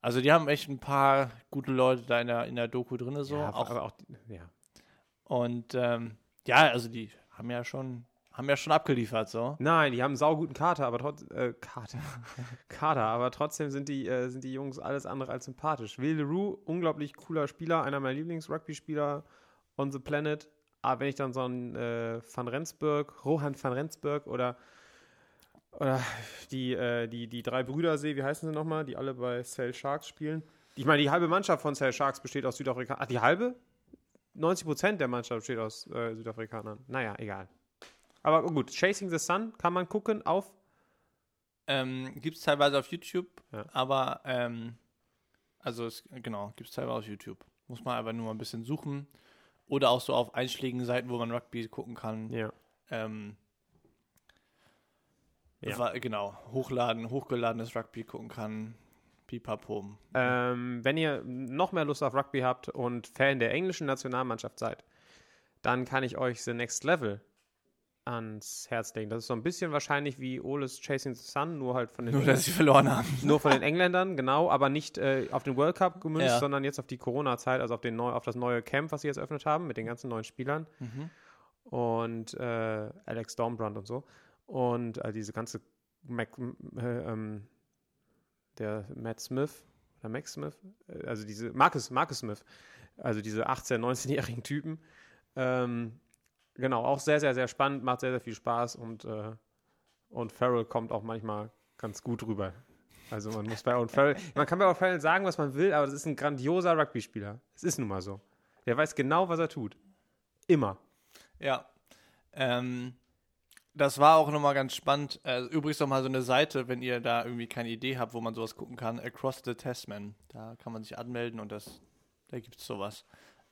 Also die haben echt ein paar gute Leute da in der, in der Doku drin, so.
ja,
auch,
aber auch, die- ja.
und ähm, ja, also die haben ja schon, haben ja schon abgeliefert, so.
Nein, die haben einen sauguten Kater, aber trotz äh, Kater. Kader, aber trotzdem sind die, äh, sind die Jungs alles andere als sympathisch. Will Leroux, unglaublich cooler Spieler, einer meiner Lieblings-Rugby-Spieler on the planet. Aber wenn ich dann so einen äh, Van Rensburg, Rohan van Rensburg oder, oder die, äh, die, die drei Brüder sehe, wie heißen sie nochmal, die alle bei Cell Sharks spielen. Ich meine, die halbe Mannschaft von Cell Sharks besteht aus Südafrikanern. Ach, die halbe? 90 Prozent der Mannschaft besteht aus äh, Südafrikanern. Naja, egal. Aber gut, Chasing the Sun kann man gucken auf
Ähm, gibt es teilweise auf YouTube,
Ja.
aber ähm, also es, genau, gibt es teilweise auf YouTube. Muss man aber nur mal ein bisschen suchen. Oder auch so auf einschlägigen Seiten, wo man Rugby gucken kann.
Ja.
Ähm,
Ja.
wa- Genau, hochladen, hochgeladenes Rugby gucken kann. Pipapo.
Ähm, wenn ihr noch mehr Lust auf Rugby habt und Fan der englischen Nationalmannschaft seid, dann kann ich euch The Next Level ans Herz legen. Das ist so ein bisschen wahrscheinlich wie Oles Chasing the Sun, nur halt von den,
Nur, dass sie verloren haben.
nur von den Engländern, genau, aber nicht äh, auf den World Cup gemünzt,
Ja.
sondern jetzt auf die Corona-Zeit, also auf, den neu, auf das neue Camp, was sie jetzt eröffnet haben, mit den ganzen neuen Spielern und äh, Alex Dornbrand und so. Und äh, diese ganze Mac, m- äh, ähm, der Matt Smith oder Max Smith, äh, also diese Marcus, Marcus Smith, also diese 18-, 19-jährigen Typen. Ähm, genau, auch sehr, sehr, sehr spannend, macht sehr, sehr viel Spaß und, äh, und Farrell kommt auch manchmal ganz gut rüber. Also man muss bei Owen Farrell, man kann bei Owen Farrell sagen, was man will, aber das ist ein grandioser Rugby-Spieler. Es ist nun mal so. Der weiß genau, was er tut. Immer.
Ja. Ähm, das war auch nochmal ganz spannend. Äh, übrigens nochmal so eine Seite, wenn ihr da irgendwie keine Idee habt, wo man sowas gucken kann. Across the Tasman. Da kann man sich anmelden und das, da gibt's sowas.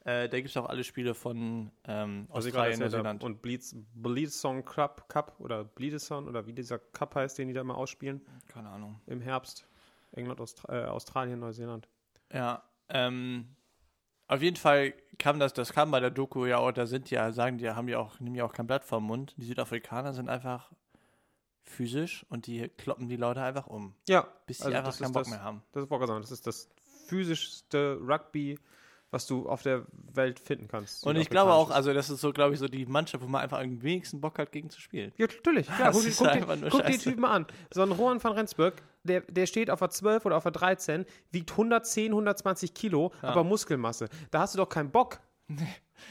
Äh, da gibt's auch alle Spiele von ähm,
Was Also ich gerade
Australien,
erzählt habe.
Neuseeland.
Und Bleeds, Bleedson Cup, Cup oder Bleedison oder wie dieser Cup heißt, den die da immer ausspielen
Keine Ahnung.
im Herbst. England, Austra äh, Australien, Neuseeland.
Ja. Ähm, auf jeden Fall kam das, das kam bei der Doku ja auch, da sind ja, sagen die, ja, haben die auch, nehmen ja auch kein Blatt vom Mund. Die Südafrikaner sind einfach physisch und die kloppen die Leute einfach um,
Ja,
bis die
Also
einfach
das
keinen
ist
Bock
das-
mehr haben.
das ist vorgesagt. Das ist das physischste Rugby, was du auf der Welt finden kannst.
Und ich glaube auch,
Südafrikanisches.
also das ist so, glaube ich, so die Mannschaft, wo man einfach am wenigsten Bock hat, gegen zu spielen.
Ja, natürlich. Klar,
Das
guck, die-
ist
guck,
einfach nur
die, guck die
scheiße.
Typen mal an. So ein Rohan van Rensburg, der, der steht auf der 12 oder auf der 13, wiegt 110, 120 Kilo, aber Muskelmasse. Da hast du doch keinen Bock.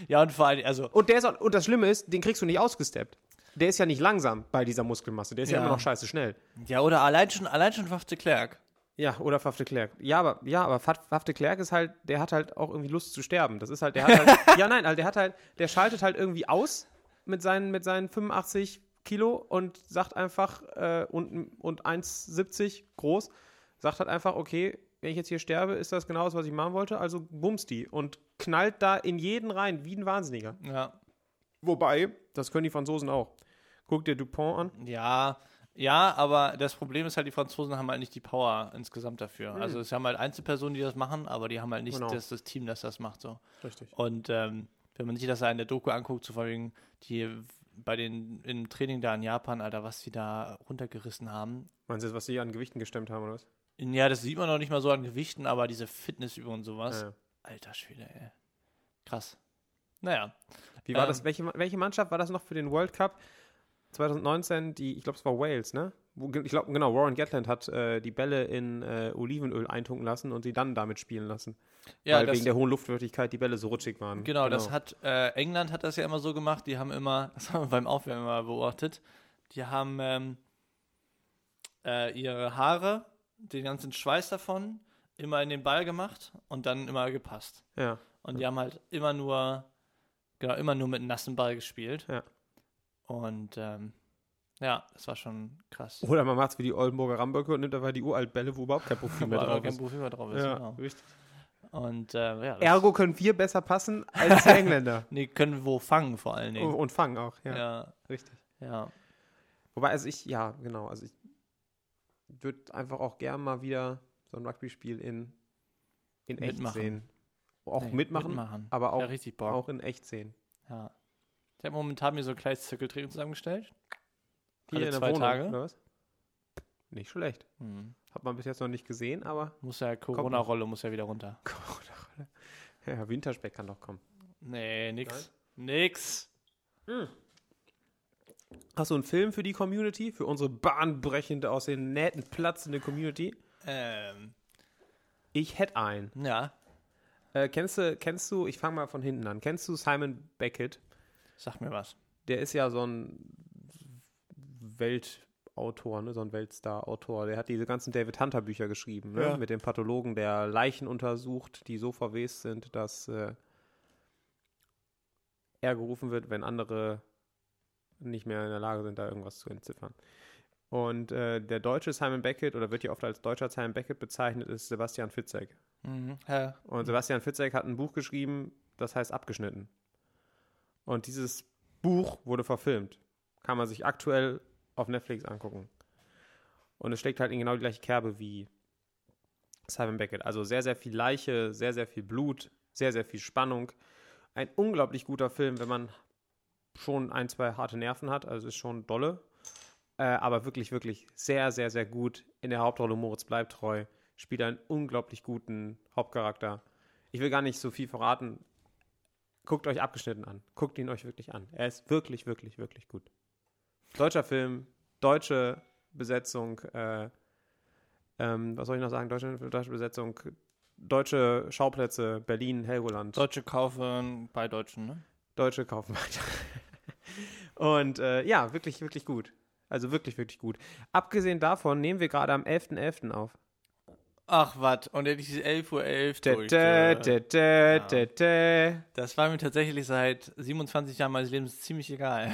Ja, und vor allem, also,
Und, der ist auch, und das Schlimme ist, den kriegst du nicht ausgesteppt. Der ist ja nicht langsam bei dieser Muskelmasse. Der ist ja,
Ja.
immer noch scheiße schnell.
ja, oder allein schon, allein schon Faf de Klerk.
Ja, oder Faf de Klerk. Ja, aber, ja, aber Faf Faf de Klerk ist halt, der hat halt auch irgendwie Lust zu sterben. Das ist halt, der hat halt, ja nein, also der hat halt, der schaltet halt irgendwie aus mit seinen, mit seinen 85 Kilo und sagt einfach, äh, und, und 1,70 groß, sagt halt einfach, okay, wenn ich jetzt hier sterbe, ist das genau das, was ich machen wollte, also bumst die und knallt da in jeden rein, wie ein Wahnsinniger.
Ja.
Wobei, das können die Franzosen auch. Guck dir Dupont an.
Ja, ja, aber das Problem ist halt, die Franzosen haben halt nicht die Power insgesamt dafür. Also es haben halt Einzelpersonen, die das machen, aber die haben halt nicht
Genau.
das, das Team, das das macht. So.
Richtig.
Und ähm, wenn man sich das da in der Doku anguckt, zu so wegen die bei den im Training da in Japan, Alter, was die da runtergerissen haben.
Meinst du jetzt, was die an Gewichten gestemmt haben oder was?
Ja, das sieht man noch nicht mal so an Gewichten, aber diese Fitnessübungen und sowas.
Ja.
Alter Schwede, ey. Krass. Naja.
Wie war
Ähm.
das? Welche, welche Mannschaft war das noch für den World Cup 2019? Die, ich glaube, es war Wales, ne? Wo- Ich glaube, genau, Warren Gatland hat äh, die Bälle in äh, Olivenöl eintunken lassen und sie dann damit spielen lassen.
Ja,
weil
das,
wegen der hohen Luftfeuchtigkeit die Bälle so rutschig waren.
Genau, das hat äh, England hat das ja immer so gemacht. Die haben immer, das haben wir beim Aufwärmen immer beobachtet. Die haben ähm, äh, ihre Haare, den ganzen Schweiß davon, immer in den Ball gemacht und dann immer gepasst.
Ja,
Und die haben halt immer nur, genau, immer nur mit einem nassen Ball gespielt.
Ja.
Und ähm, ja, das war schon krass.
Oder man macht es wie die Oldenburger Ramböcke und nimmt einfach die Uraltbälle, wo überhaupt kein Profil mehr
Wo aber
drauf
kein
ist.
Profil mehr drauf ist.
Ja,
Genau.
richtig.
Und äh, ja, das-
Ergo können wir besser passen als die Engländer.
nee, können wir wo fangen vor allen Dingen.
Und und fangen auch, Oh, ja,
ja,
Richtig.
ja.
Wobei, also ich, ja, genau, also ich würde einfach auch gern mal wieder so ein Rugby-Spiel in, in echt
Mitmachen.
sehen. Auch
Nee,
mitmachen, aber
ja,
auch,
richtig Bock.
auch in echt sehen.
Ja. Ich habe momentan mir so ein kleines Zirkeltraining zusammengestellt.
Hier
Alle
in der
zwei
Wohnung,
Tage?
oder was? Nicht schlecht. Hat man bis jetzt noch nicht gesehen, aber
Hm. Muss ja, Corona-Rolle muss ja wieder runter.
ja, Winterspeck kann doch kommen.
Nee, nix. Nix.
Hast du einen Film für die Community? Für unsere bahnbrechende, aus den Nähten platzende Community?
Ähm,
Ich hätte einen.
ja.
Äh, kennst du, kennst du, ich fange mal von hinten an, kennst du Simon Beckett?
Sag mir was.
der ist ja so ein Weltautor, ne? so ein Weltstar-Autor. Der hat diese ganzen David Hunter-Bücher geschrieben, ne?
Ja.
mit dem Pathologen, der Leichen untersucht, die so verwest sind, dass äh, er gerufen wird, wenn andere nicht mehr in der Lage sind, da irgendwas zu entziffern. Und äh, der deutsche Simon Beckett, oder wird ja oft als deutscher Simon Beckett bezeichnet, ist Sebastian Fitzek.
Mhm. Hä?
Und Sebastian Fitzek hat ein Buch geschrieben, das heißt Abgeschnitten. Und dieses Buch wurde verfilmt. Kann man sich aktuell auf Netflix angucken. Und es schlägt halt in genau die gleiche Kerbe wie Simon Beckett. Also sehr, sehr viel Leiche, sehr, sehr viel Blut, sehr, sehr viel Spannung. Ein unglaublich guter Film, wenn man schon ein, zwei harte Nerven hat. Also ist schon dolle. Äh, aber wirklich, wirklich sehr, sehr, sehr gut. In der Hauptrolle Moritz bleibt treu. Spielt einen unglaublich guten Hauptcharakter. Ich will gar nicht so viel verraten. Guckt euch abgeschnitten an. Guckt ihn euch wirklich an. Er ist wirklich, wirklich, wirklich gut. Deutscher Film, deutsche Besetzung, äh, ähm, was soll ich noch sagen? Deutsche, deutsche Besetzung, deutsche Schauplätze, Berlin, Helgoland
Deutsche kaufen bei Deutschen, ne?
deutsche Kaufmarkt. Und äh, ja, wirklich, wirklich gut. Also wirklich, wirklich gut. Abgesehen davon nehmen wir gerade am 11.11. auf.
Ach, was. Und endlich ist 11.11 Uhr.
Dä, dä, dä, dä, dä, dä.
Das war mir tatsächlich seit 27 Jahren meines Lebens ziemlich egal.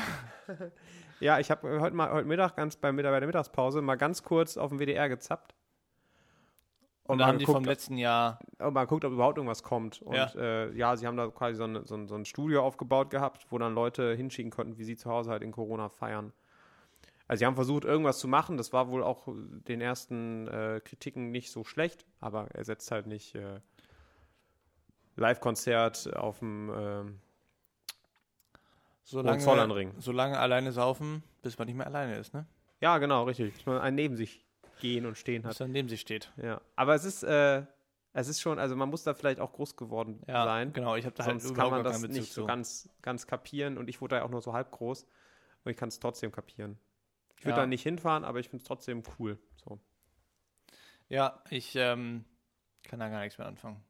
Ja, ich habe heute, mal- heute Mittag ganz bei, bei der Mittagspause mal ganz kurz auf dem WDR gezappt.
Und
mal
da haben die
geguckt,
vom letzten Jahr.
Und man guckt, ob überhaupt irgendwas kommt. Und
Ja.
ja, äh, ja sie haben da quasi so, ein- so, ein- so ein Studio aufgebaut gehabt, wo dann Leute hinschicken konnten, wie sie zu Hause halt in Corona feiern. Also sie haben versucht, irgendwas zu machen. Das war wohl auch den ersten äh, Kritiken nicht so schlecht, aber er setzt halt nicht äh, Live-Konzert auf dem ähm,
Solange,
Zollernring.
solange alleine saufen, bis man nicht mehr alleine ist, ne?
Ja, genau, richtig. Dass man einen neben sich gehen und stehen hat.
Bis dann neben sich steht.
Ja. Aber es ist, äh, es ist schon, also man muss da vielleicht auch groß geworden
Ja,
sein.
genau. Ich habe da halt
Sonst kann
überhaupt
man
gar
das
keinen Bezug
nicht so
zu.
ganz, ganz kapieren und ich wurde ja auch nur so halb groß und ich kann es trotzdem kapieren. Ich würde
Ja.
da nicht hinfahren, aber ich finde es trotzdem cool. So.
Ja, ich ähm, kann da gar nichts mehr anfangen.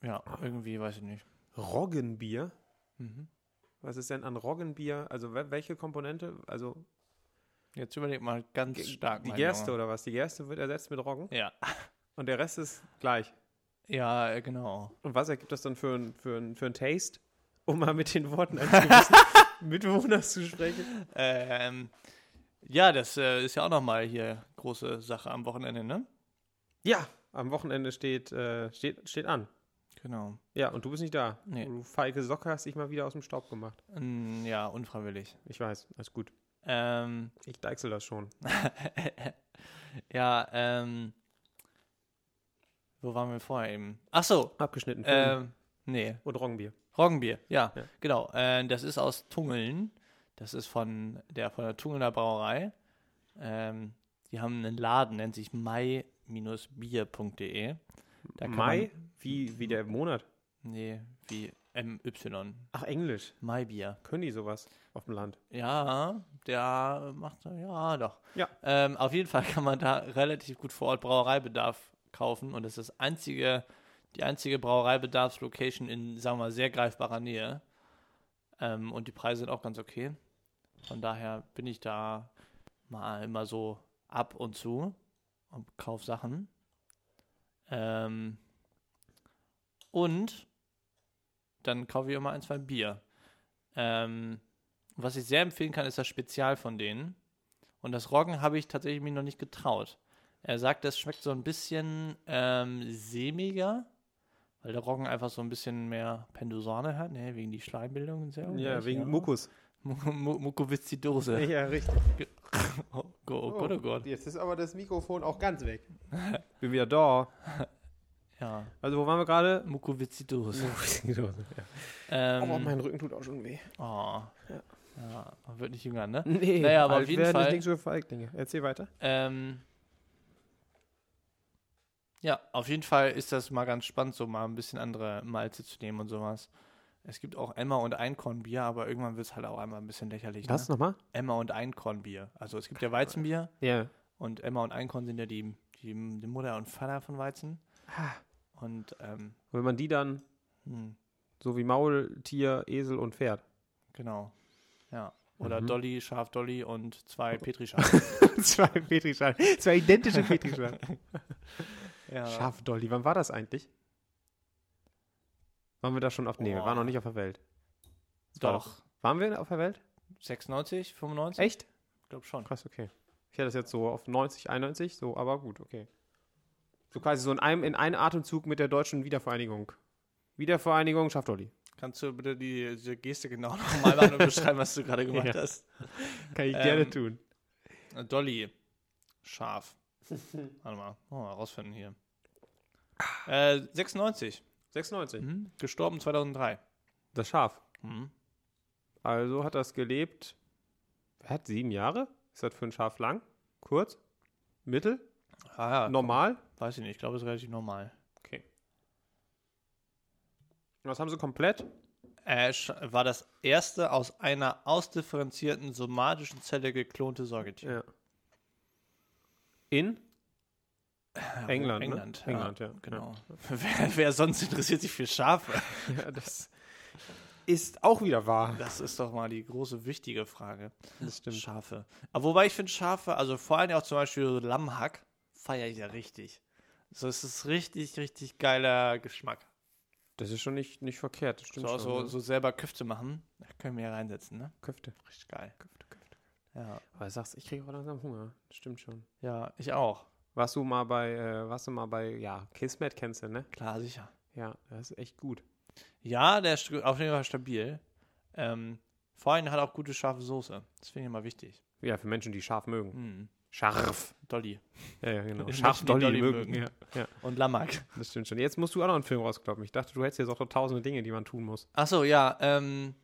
Ja, irgendwie weiß ich nicht.
Roggenbier?
Mhm.
Was ist denn an Roggenbier? Also we- welche Komponente? Also
Jetzt überleg mal ganz
ge-
stark.
die
mein
Gerste
Junge.
oder was? Die Gerste wird ersetzt mit Roggen
Ja,
und der Rest ist gleich.
ja, äh, genau.
Und was ergibt das dann für ein, für ein, für ein Taste? Um mal mit den Worten eines gewissen Mitbewohners zu sprechen.
Ähm, Ja, das äh, ist ja auch nochmal hier große Sache am Wochenende, ne?
Ja, am Wochenende steht, äh, steht, steht an.
Genau.
Ja, und du bist nicht da.
Nee.
Du feige Socke hast dich mal wieder aus dem Staub gemacht.
Mm, ja, unfreiwillig.
Ich weiß, alles gut.
Ähm,
Ich deichsel das schon.
ja, ähm, wo waren wir vorher eben? Ach so,
Abgeschnitten. Film
ähm, nee,
und Roggenbier.
Roggenbier, ja,
Ja.
genau. Äh, das ist aus Tungeln. Das ist von der, von der Tungelner Brauerei. Ähm, die haben einen Laden, nennt sich mai-bier.de. Da kann
Mai? Wie, wie der Monat?
Man, nee, wie MY.
Ach, Englisch.
Mai-Bier.
Können die sowas auf dem Land?
Ja, der macht, ja, doch.
Ja.
Ähm, auf jeden Fall kann man da relativ gut vor Ort Brauereibedarf kaufen und das ist das einzige, die einzige Brauereibedarfslocation in, sagen wir mal, sehr greifbarer Nähe. Ähm, und die Preise sind auch ganz okay. Von daher bin ich da mal immer so ab und zu und kauf Sachen. Ähm, und dann kaufe ich immer ein, zwei Bier. Ähm, was ich sehr empfehlen kann, ist das Spezial von denen. Und das Roggen habe ich tatsächlich mir noch nicht getraut. Er sagt, das schmeckt so ein bisschen ähm, sämiger, weil der Roggen einfach so ein bisschen mehr Pendosane hat, ne, wegen die Schleimbildung und so.
Ja,
Vielleicht,
wegen Mukus.
Mu- Mu- Mukoviszidose.
Ja, richtig.
Oh, go- oh Gott, oh Gott.
Jetzt ist aber das Mikrofon auch ganz weg.
Bin wieder da.
Ja,
Also, wo waren wir gerade?
Mukoviszidose.
ja. Oh,
Ähm,
Aber Oh, mein Rücken tut auch schon weh.
Oh. Ja, man wird nicht jünger, ne?
Nee,
Naja, aber auf
alt
jeden
werden ist
Fall-
nichts für Feiglinge. Erzähl weiter.
Ähm, ja, auf jeden Fall ist das mal ganz spannend, so mal ein bisschen andere Malze zu nehmen und sowas. Es gibt auch Emma und Einkornbier, aber irgendwann wird es halt auch einmal ein bisschen lächerlich.
Was
Ne?
nochmal?
Emma und Einkornbier. Also es gibt ja Weizenbier
Ja.
und Emma und Einkorn sind ja die, die, die Mutter und Vater von Weizen. Und ähm,
Und wenn man die dann,
hm,
so wie Maultier, Esel und Pferd.
genau. Ja. Oder
Mhm. Oh.
Dolly, Schaf Dolly und zwei Petrischalen.
zwei Petrischalen. Zwei identische Petrischalen.
ja.
Schaf Dolly, wann war das eigentlich? Waren wir da schon auf. Nee, wir
Boah.
waren noch nicht auf der Welt. Das war
Doch.
Waren wir auf der Welt?
96, 95?
Echt?
Ich glaube schon.
Krass, okay. Ich hätte das jetzt so auf 90, 91, so, aber gut, okay. So quasi so in einem, in einem Atemzug mit der deutschen Wiedervereinigung. Wiedervereinigung schafft Olli.
Kannst du bitte die, die Geste genau nochmal machen und beschreiben, was du gerade gemacht
Ja.
hast?
Kann ich
gerne
tun.
Äh, Dolly. Scharf. Warte mal. Oh, mal rausfinden hier. Äh, 96.
96.
Mhm. Gestorben 2003.
Das Schaf.
Mhm.
Also hat das gelebt. Er hat sieben Jahre? Ist das für ein Schaf lang? Kurz? Mittel?
Ah ja,
Normal?
weiß ich nicht. Ich glaube, es ist relativ normal.
Okay. Und was haben sie komplett?
Äh, Sch- war das erste aus einer ausdifferenzierten somatischen Zelle geklonte Säugetier.
Ja. In? Äh, England.
England,
ne? England, ja.
Genau. Wer, wer sonst interessiert sich für Schafe?
Ja, das ist auch wieder wahr.
Das ist doch mal die große, wichtige Frage.
Das
Schafe. Aber wobei ich finde Schafe, also vor allem auch zum Beispiel so Lammhack, feiere ich ja richtig. So, es ist richtig, richtig geiler Geschmack.
Das ist schon nicht, nicht verkehrt. Das stimmt
So, auch
schon.
so,
ne?
so selber Küfte machen, da können wir ja reinsetzen, ne?
Köfte.
Richtig geil.
Köfte, Köfte.
Ja,
Aber du sagst, ich kriege auch langsam Hunger. Das stimmt schon.
ja ich auch.
Warst du mal bei, äh, warst du mal bei, ja, Kismet kennst du, ne?
Klar, sicher.
Ja, das ist echt gut.
Ja, der ist auf jeden Fall stabil. Ähm, vor allem hat auch gute scharfe Soße. Das finde ich immer wichtig.
Ja, für Menschen, die scharf mögen.
Mhm.
Scharf.
Dolly.
Ja, ja genau.
Menschen,
Scharf
die
Dolly,
Dolly
mögen.
mögen.
Ja. ja,
Und Lammhack.
das stimmt schon. Jetzt musst du auch noch einen Film rauskloppen. Ich dachte, du hättest jetzt auch noch tausende Dinge, die man tun muss.
Achso, ja, ähm.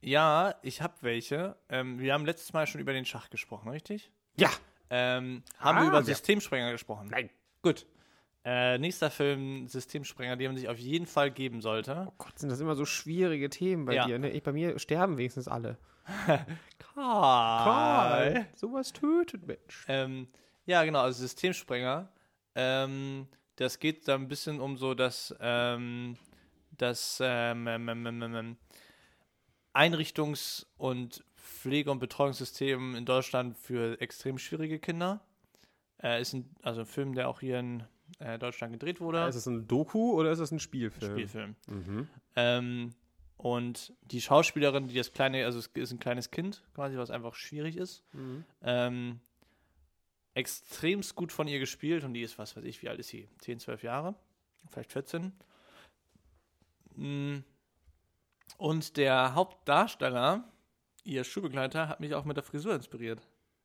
Ja, ich habe welche. Ähm, wir haben letztes Mal schon über den Schach gesprochen, richtig?
Ja.
Ähm, haben
Ah,
wir über
ja.
Systemsprenger gesprochen?
Nein.
Gut. Äh, nächster Film, Systemsprenger, den man sich auf jeden Fall geben sollte.
Oh Gott, sind das immer so schwierige Themen bei
Ja.
dir, ne? Ich, bei mir sterben wenigstens alle.
Karl.
Sowas tötet Mensch.
Ähm, ja, genau, also Systemsprenger. Ähm, das geht da ein bisschen um so, dass, ähm, dass ähm, ähm, ähm, ähm, ähm, Einrichtungs- und Pflege- und Betreuungssystem in Deutschland für extrem schwierige Kinder. Äh, ist ein, also ein Film, der auch hier in äh, Deutschland gedreht wurde.
Ist das ein Doku oder ist das ein Spielfilm?
Spielfilm.
Mhm.
Ähm, Und die Schauspielerin, die das kleine, also es ist ein kleines Kind quasi, was einfach schwierig ist,
Mhm.
ähm, extremst gut von ihr gespielt und die ist, was weiß ich, wie alt ist sie? 10, 12 Jahre, vielleicht 14. Mm. Und der Hauptdarsteller, ihr Schulbegleiter, hat mich auch mit der Frisur inspiriert.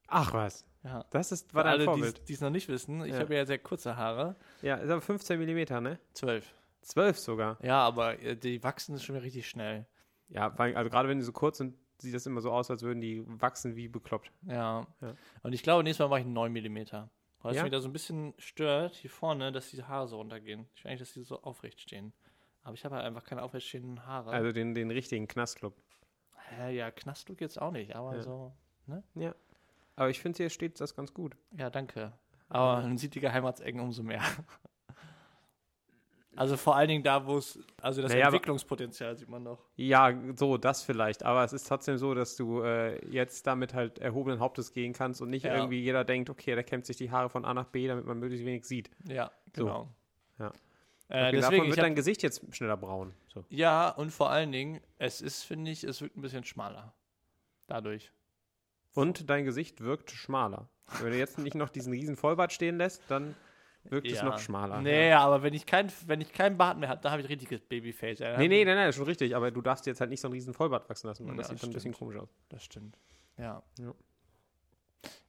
Ach was,
Ja.
das ist,
Für
war dein
alle,
Vorbild.
die es noch nicht wissen, ich
Ja.
habe ja sehr kurze Haare.
Ja, ist aber 15 Millimeter, ne?
12.
12 sogar.
Ja, aber äh, die wachsen schon richtig schnell.
Ja, weil- also gerade wenn die so kurz sind, sieht das immer so aus, als würden die wachsen wie bekloppt.
Ja.
Ja.
Und ich glaube, nächstes Mal mache ich 9 mm. Weil es
Ja?
mich da so ein bisschen stört, hier vorne, dass die Haare so runtergehen. Ich will eigentlich, dass die so aufrecht stehen. Aber ich habe halt einfach keine aufrecht stehenden Haare.
Also den, den richtigen Knastclub.
Hä, ja, Knastlook jetzt auch nicht, aber
Ja.
so.
Aber ich finde, hier steht das ganz gut.
Ja, danke. Aber man sieht die Geheimatsecken umso mehr. Also vor allen Dingen da, wo es, also das
Naja, aber-
Entwicklungspotenzial sieht man noch.
Ja, so, das vielleicht. Aber es ist trotzdem so, dass du äh, jetzt damit halt erhobenen Hauptes gehen kannst und nicht
Ja.
irgendwie jeder denkt, okay, der kämmt sich die Haare von A nach B, damit man möglichst wenig sieht.
Ja,
So.
genau.
Ja.
Äh,
Okay,
deswegen,
davon
ich
wird
hab-
dein Gesicht jetzt schneller braun. So.
ja, und vor allen Dingen, es ist, finde ich, es wirkt ein bisschen schmaler. Dadurch.
Und dein Gesicht wirkt schmaler. Wenn du jetzt nicht noch diesen riesen Vollbart stehen lässt, dann wirkt es
Ja.
noch schmaler.
Nee,
Ja.
aber wenn ich keinen wenn ich kein Bart mehr habe, dann habe ich richtiges Babyface. Ja,
Nee, nee, nee, nee, ist schon richtig, aber du darfst jetzt halt nicht so einen riesen Vollbart wachsen lassen, weil das
ähm, Ja,
sieht dann ein bisschen komisch aus.
Das stimmt. Ja.
Ja.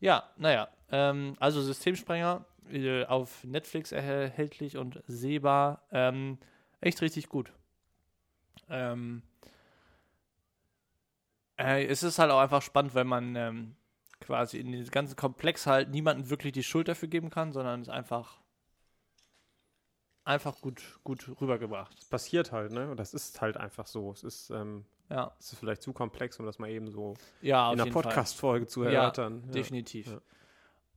Ja, naja. Ähm, also Systemsprenger äh, auf Netflix erhältlich und sehbar. Ähm, echt richtig gut. Ähm, äh, es ist halt auch einfach spannend, wenn man ähm, quasi in diesem ganzen Komplex halt niemandem wirklich die Schuld dafür geben kann, sondern es einfach einfach gut, gut rübergebracht.
Das passiert halt, ne? Und das ist halt einfach so. Es ist, ähm,
Ja,
es ist vielleicht zu komplex, um das mal eben so
ja auf
in einer
jeden Fall.
Podcast-Folge zu
Ja,
erörtern. Ja.
Definitiv.
Ja.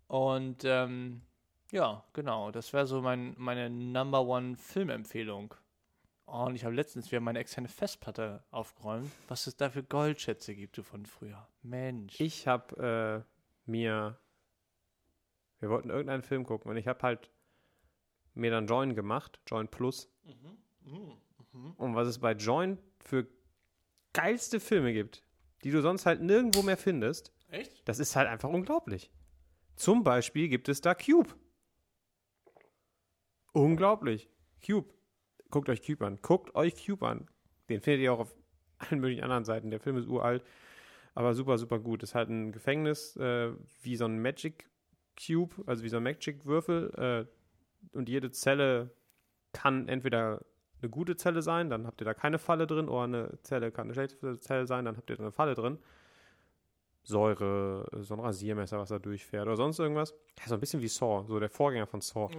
Und ähm, ja, genau, das wäre so mein, meine Number One Filmempfehlung. Oh, Und ich habe letztens wieder meine externe Festplatte aufgeräumt, was es da für Goldschätze gibt, du von früher. Mensch.
Ich habe äh, mir, wir wollten irgendeinen Film gucken und ich habe halt mir dann Join gemacht, Join Plus. Und was es bei Join für geilste Filme gibt, die du sonst halt nirgendwo mehr findest,
Echt?
das ist halt einfach unglaublich. Zum Beispiel gibt es da Cube. Unglaublich. Cube. Guckt euch Cube an. Guckt euch Cube an. Den findet ihr auch auf allen möglichen anderen Seiten. Der Film ist uralt, aber super, super gut. Ist halt ein Gefängnis, äh, wie so ein Magic Cube, also wie so ein Magic-Würfel. Äh, und jede Zelle kann entweder eine gute Zelle sein, dann habt ihr da keine Falle drin, oder eine Zelle kann eine schlechte Zelle sein, dann habt ihr da eine Falle drin. Säure, äh, so ein Rasiermesser, was da durchfährt oder sonst irgendwas. Ja, so ein bisschen wie Saw, so der Vorgänger von Saw.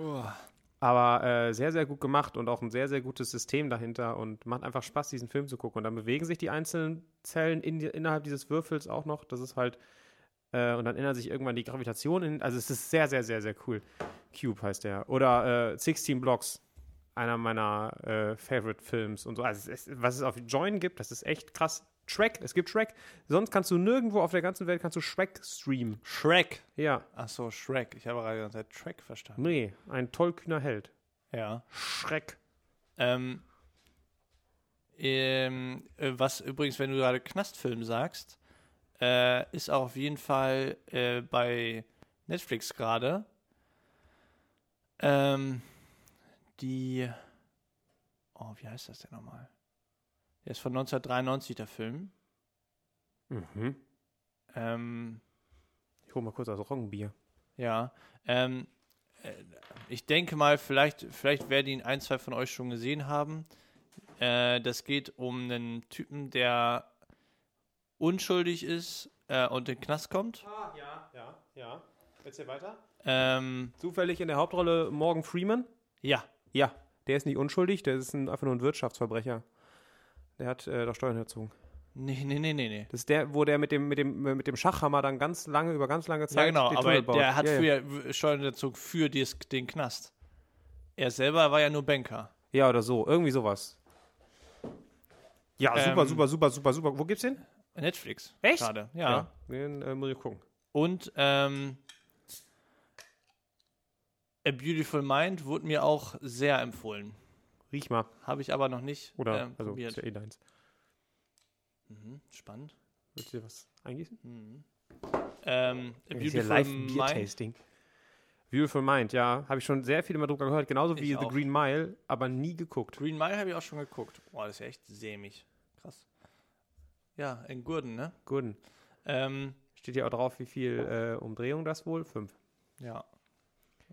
Aber äh, sehr, sehr gut gemacht und auch ein sehr, sehr gutes System dahinter und macht einfach Spaß, diesen Film zu gucken. Und dann bewegen sich die einzelnen Zellen in, die- innerhalb dieses Würfels auch noch. Das ist halt, äh, und dann ändert sich irgendwann die Gravitation. In, also es ist sehr, sehr, sehr, sehr cool. Cube heißt der. Oder äh, 16 Blocks, einer meiner äh, Favorite Films und so. Also es ist, was es auf Join gibt, das ist echt krass. Shrek, es gibt Shrek. Sonst kannst du nirgendwo auf der ganzen Welt kannst du Shrek streamen.
Shrek.
Ja,
Ach so, Shrek. Ich habe gerade die ganze Zeit Track verstanden.
nee, ein tollkühner Held.
Ja.
Shrek.
Ähm, ähm, äh, was übrigens, wenn du gerade Knastfilm sagst, äh, ist auch auf jeden Fall äh, bei Netflix gerade ähm, die. Oh, wie heißt das denn nochmal? Der ist von 1993, der Film.
Mhm.
Ähm,
Ich hole mal kurz das Roggenbier.
ja. Ähm, äh, ich denke mal, vielleicht, vielleicht werden ihn ein, zwei von euch schon gesehen haben. Äh, das geht um einen Typen, der unschuldig ist äh, und in den Knast kommt.
Ah, ja, ja, ja. Erzähl weiter.
Ähm,
Zufällig in der Hauptrolle Morgan Freeman.
ja,
Ja, der ist nicht unschuldig, der ist ein, einfach nur ein Wirtschaftsverbrecher. Der hat äh, da Steuern erzogen.
nee, nee, nee, nee, nee.
Das ist der, wo der mit dem, mit dem, mit dem Schachhammer dann ganz lange, über ganz lange Zeit
Ja, genau,
den
aber
Tunnel baut.
der hat
ja, ja.
früher Steuerhinterzug für dies, den Knast. Er selber war ja nur Banker.
Ja, oder so. Irgendwie sowas. Ja,
Ähm,
super, super, super, super, super. Wo gibt's den?
Netflix.
Echt?
Schade, ja.
Den äh, muss ich gucken.
Und ähm, A Beautiful Mind wurde mir auch sehr empfohlen.
Riech mal.
Habe ich aber noch nicht
Oder,
ähm,
also, ist
probiert.
ja eh deins.
Mhm, spannend.
Willst du dir was eingießen?
Mhm. Ähm, A
Das ist
Beautiful
hier live Beer
Mind.
Tasting. Beautiful Mind, ja. Habe ich schon sehr viel immer drüber gehört. Genauso wie
Ich
The
auch.
Green Mile, aber nie geguckt.
Green Mile habe ich auch schon geguckt. Boah, das ist ja echt sämig. Krass. Ja, in Gurden, ne?
Guten.
Ähm,
Steht hier auch drauf, wie viel äh, Umdrehung das wohl? Fünf.
ja.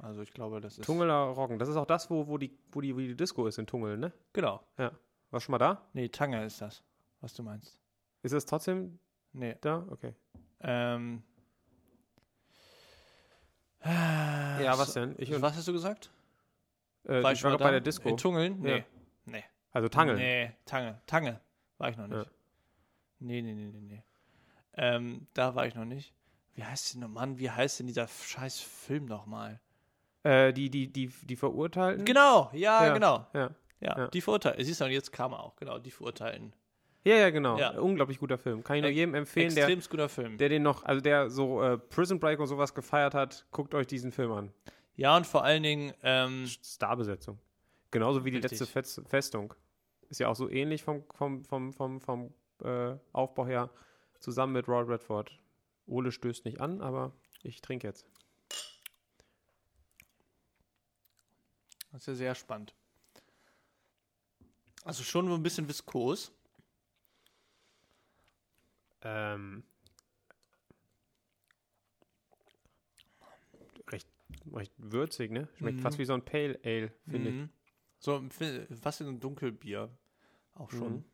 Also ich glaube, das ist.
Tungeler Roggen. Das ist auch das, wo, wo, die, wo, die, wo die Disco ist in Tungel, ne?
Genau.
Warst du schon mal da?
Nee, Tanger ist das, was du meinst.
Ist es trotzdem
Nee.
da? Okay.
Ähm.
Ja, was denn? Ich
Äh, Ich
und,
was hast du gesagt?
äh, ich
War
war
ich schon mal
grad
da?
bei der Disco.
In Tungeln? Nee.
Ja. also Tangeln.
Nee, Tange. Tange war ich noch nicht.
Ja.
Nee, nee, nee, nee, nee. Ähm, da war ich noch nicht. Wie heißt denn, oh Mann, wie heißt denn dieser scheiß Film nochmal?
Äh, die, die, die, die Verurteilten.
Genau, ja,
Ja.
genau.
Ja.
Ja,
Ja.
die Verurteilten. Siehst du, und jetzt kam er auch, genau, die Verurteilten.
ja, ja, genau.
Ja.
Unglaublich guter Film. Kann ich nur
Ex-
jedem empfehlen, der,
Extrem guter Film.
der den noch, also der so äh, Prison Break und sowas gefeiert hat, guckt euch diesen Film an.
Ja, und vor allen Dingen, ähm,
Starbesetzung. Genauso wie die
Richtig.
letzte Fest Festung. Ist ja auch so ähnlich vom, vom, vom, vom, vom äh, Aufbau her. Zusammen mit Roy Redford. Ole stößt nicht an, aber ich trinke jetzt.
das ist ja sehr spannend. Also schon ein bisschen viskos.
Ähm, recht, recht würzig, ne? Schmeckt
Mhm.
fast wie so ein Pale Ale, finde
Mhm. So ein Fi- fast wie so ein Dunkelbier. Auch
ich.
schon.
Mhm.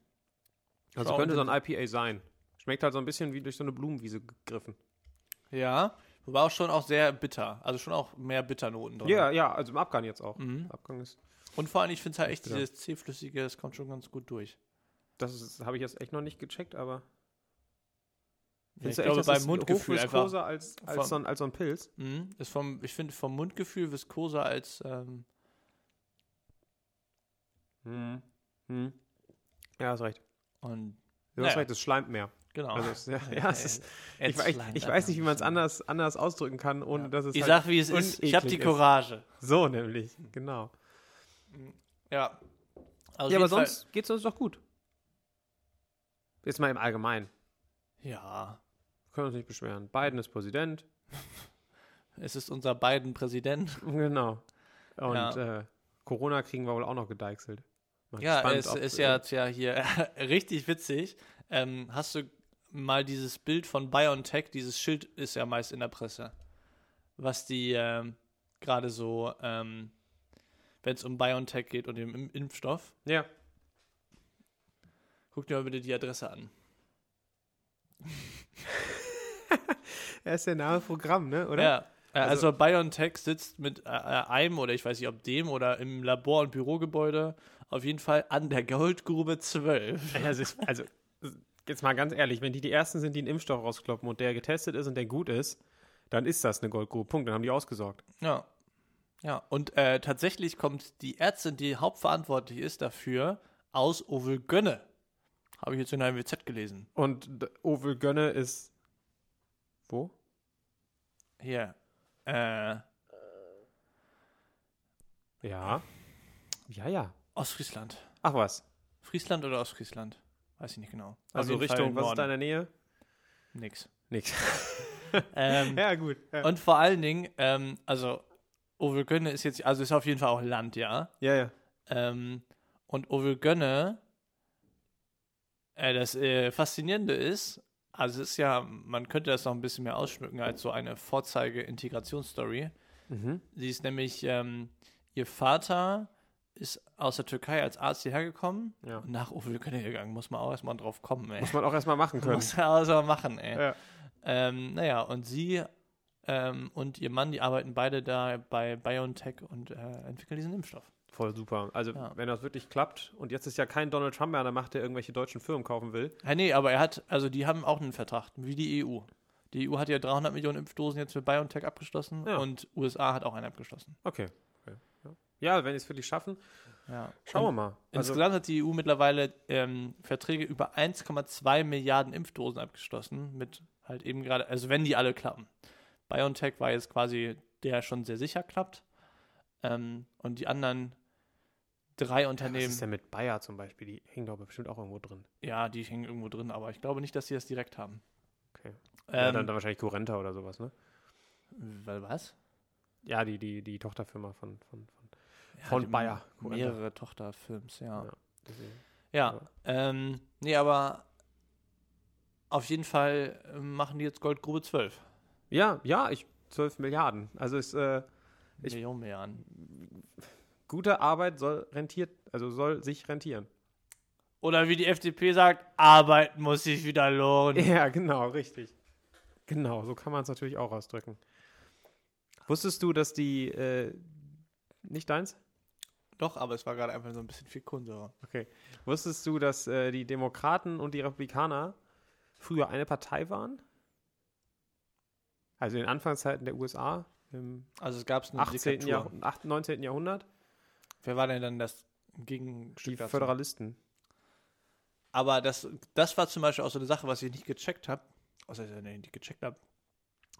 Also
Schau,
könnte
und
so ein IPA sein. Schmeckt halt so ein bisschen wie durch so eine Blumenwiese gegriffen.
Ja. Wobei auch schon auch sehr bitter. Also schon auch mehr Bitternoten drin.
Ja, ja, also im Abgang jetzt auch.
Mhm.
Abgang ist.
Und vor allem, ich finde es halt echt
Ja.
dieses C-Flüssige, das kommt schon ganz gut durch.
Das ist- habe ich jetzt echt noch nicht gecheckt, aber.
Ja, ich
Findest du echt,
glaube,
das
beim
ist
Mundgefühl einfach.
hochviskoser als,
Vom-
als, so ein, als so ein Pilz.
Mhm. Ist vom, ich finde vom Mundgefühl viskoser als ähm, Hm.
Mhm. Ja, hast recht.
und
Du
Naja.
hast recht, es schleimt mehr.
genau.
Also, es, ja, ja, es ist,
Jetzt
ich, weiß- ich,
schleimt
ich
einfach
weiß nicht, wie
ein
man es
bisschen.
anders, anders ausdrücken kann, ohne
Ja.
dass es
Ich
halt
sag, wie es ist. Ich habe die
uneklig ist.
Courage.
so nämlich. Genau.
Ja. Also Auf
ja,
jeden
aber
Fall-
sonst geht es uns doch gut. Jetzt mal im Allgemeinen.
Ja.
Wir können uns nicht beschweren. Biden ist Präsident.
Es ist unser beiden Präsident.
Genau. Und
Ja.
äh, Corona kriegen wir wohl auch noch gedeichselt. Mal
Ja,
gespannt,
es
ob,
ist
äh,
ja, ja hier richtig witzig. Ähm, hast du mal dieses Bild von BioNTech? Dieses Schild ist ja meist in der Presse. Was die ähm, gerade so, ähm, wenn es um BioNTech geht und den Im- Impfstoff,
Ja.
guck dir mal bitte die Adresse an.
Er ist ja nahe Programm, ne? Oder?
Ja. Äh,
Also-
Also, BioNTech sitzt mit äh, äh, einem oder ich weiß nicht, ob dem oder im Labor- und Bürogebäude auf jeden Fall an der Goldgrube 12.
Also, ich- also jetzt mal ganz ehrlich, wenn die die Ersten sind, die einen Impfstoff rauskloppen und der getestet ist und der gut ist, dann ist das eine Goldgrube. Punkt. Dann haben die ausgesorgt.
Ja. Ja, und äh, tatsächlich kommt die Ärztin, die hauptverantwortlich ist dafür, aus Ovelgönne. Habe ich jetzt in der MWZ gelesen.
Und d- Ovel Gönne ist. Wo?
Hier. Äh,
Ja. Ja, ja.
Ostfriesland.
Ach was.
Friesland oder Ostfriesland? Weiß ich nicht genau. Auf
Also
jeden Fall
Richtung,
im
was ist
Norden.
da in der Nähe?
Nix.
Nix.
Ähm,
Ja, gut. Ja,
Und vor allen Dingen, ähm, also Ovelgönne ist jetzt, also ist auf jeden Fall auch Land, ja.
ja. ja.
Ähm, und Ovelgönne, äh, das äh, Faszinierende ist, also es ist ja, man könnte das noch ein bisschen mehr ausschmücken als so eine Vorzeige-Integrationsstory.
Mhm.
Sie ist nämlich, ähm, ihr Vater ist aus der Türkei als Arzt hierher gekommen
ja.
und nach Ovelgönne gegangen. Muss man auch erstmal drauf kommen, ey.
Muss man auch erstmal machen können.
Muss man auch erstmal machen, ey.
Ja.
Ähm, naja, und sie ähm, und ihr Mann, die arbeiten beide da bei BioNTech und äh, entwickeln diesen Impfstoff.
Voll super. Also,
Ja.
wenn das wirklich klappt, und jetzt ist ja kein Donald Trump mehr an der Macht, der irgendwelche deutschen Firmen kaufen will.
Ja, nee, aber er hat, also die haben auch einen Vertrag, wie die EU. Die EU hat ja 300 Millionen Impfdosen jetzt für BioNTech abgeschlossen
Ja.
und USA hat auch einen abgeschlossen.
Okay. okay. Ja, ja wenn die es wirklich schaffen,
Ja.
schauen wir
Und
mal. Also
Insgesamt hat die EU mittlerweile ähm, Verträge über 1,2 Milliarden Impfdosen abgeschlossen, mit halt eben gerade, also wenn die alle klappen. BioNTech war jetzt quasi der schon sehr sicher klappt. Ähm, und die anderen drei
Was
Unternehmen.
ist denn mit Bayer zum Beispiel? Die hängen doch bestimmt auch irgendwo drin.
Ja, die hängen irgendwo drin, aber ich glaube nicht, dass sie das direkt haben.
Okay. ja,
Ähm,
dann, dann wahrscheinlich Corenta oder sowas, ne?
weil was?
Ja, die, die, die Tochterfirma von, von, von,
Ja,
von
die
Bayer.
haben Mehrere Tochterfilms, ja.
Ja. Deswegen.
Ja,
Ja.
Ähm, nee, aber auf jeden Fall äh, machen die jetzt Goldgrube 12
Ja, ja, ich 12 Milliarden. Also ist äh, Ich-
Millionen mehr an.
gute Arbeit soll rentiert, also soll sich rentieren.
Oder wie die FDP sagt, Arbeit muss sich wieder lohnen.
Ja, genau, richtig. Genau, so kann man es natürlich auch ausdrücken. Wusstest du, dass die äh, nicht deins?
Doch, aber es war gerade einfach so ein bisschen viel Kohlensäure.
Wusstest du, dass äh, die Demokraten und die Republikaner früher eine Partei waren? Also in den Anfangszeiten der USA, im
Also es gab es eine
18.
Diktatur.
Jahrh 8, 19. Jahrhundert,
Wer war denn dann das
die
Gegenstück dazu?
Föderalisten.
Aber das, das war zum Beispiel auch so eine Sache, was ich nicht gecheckt habe. Was heißt, äh, nee, nicht gecheckt habe.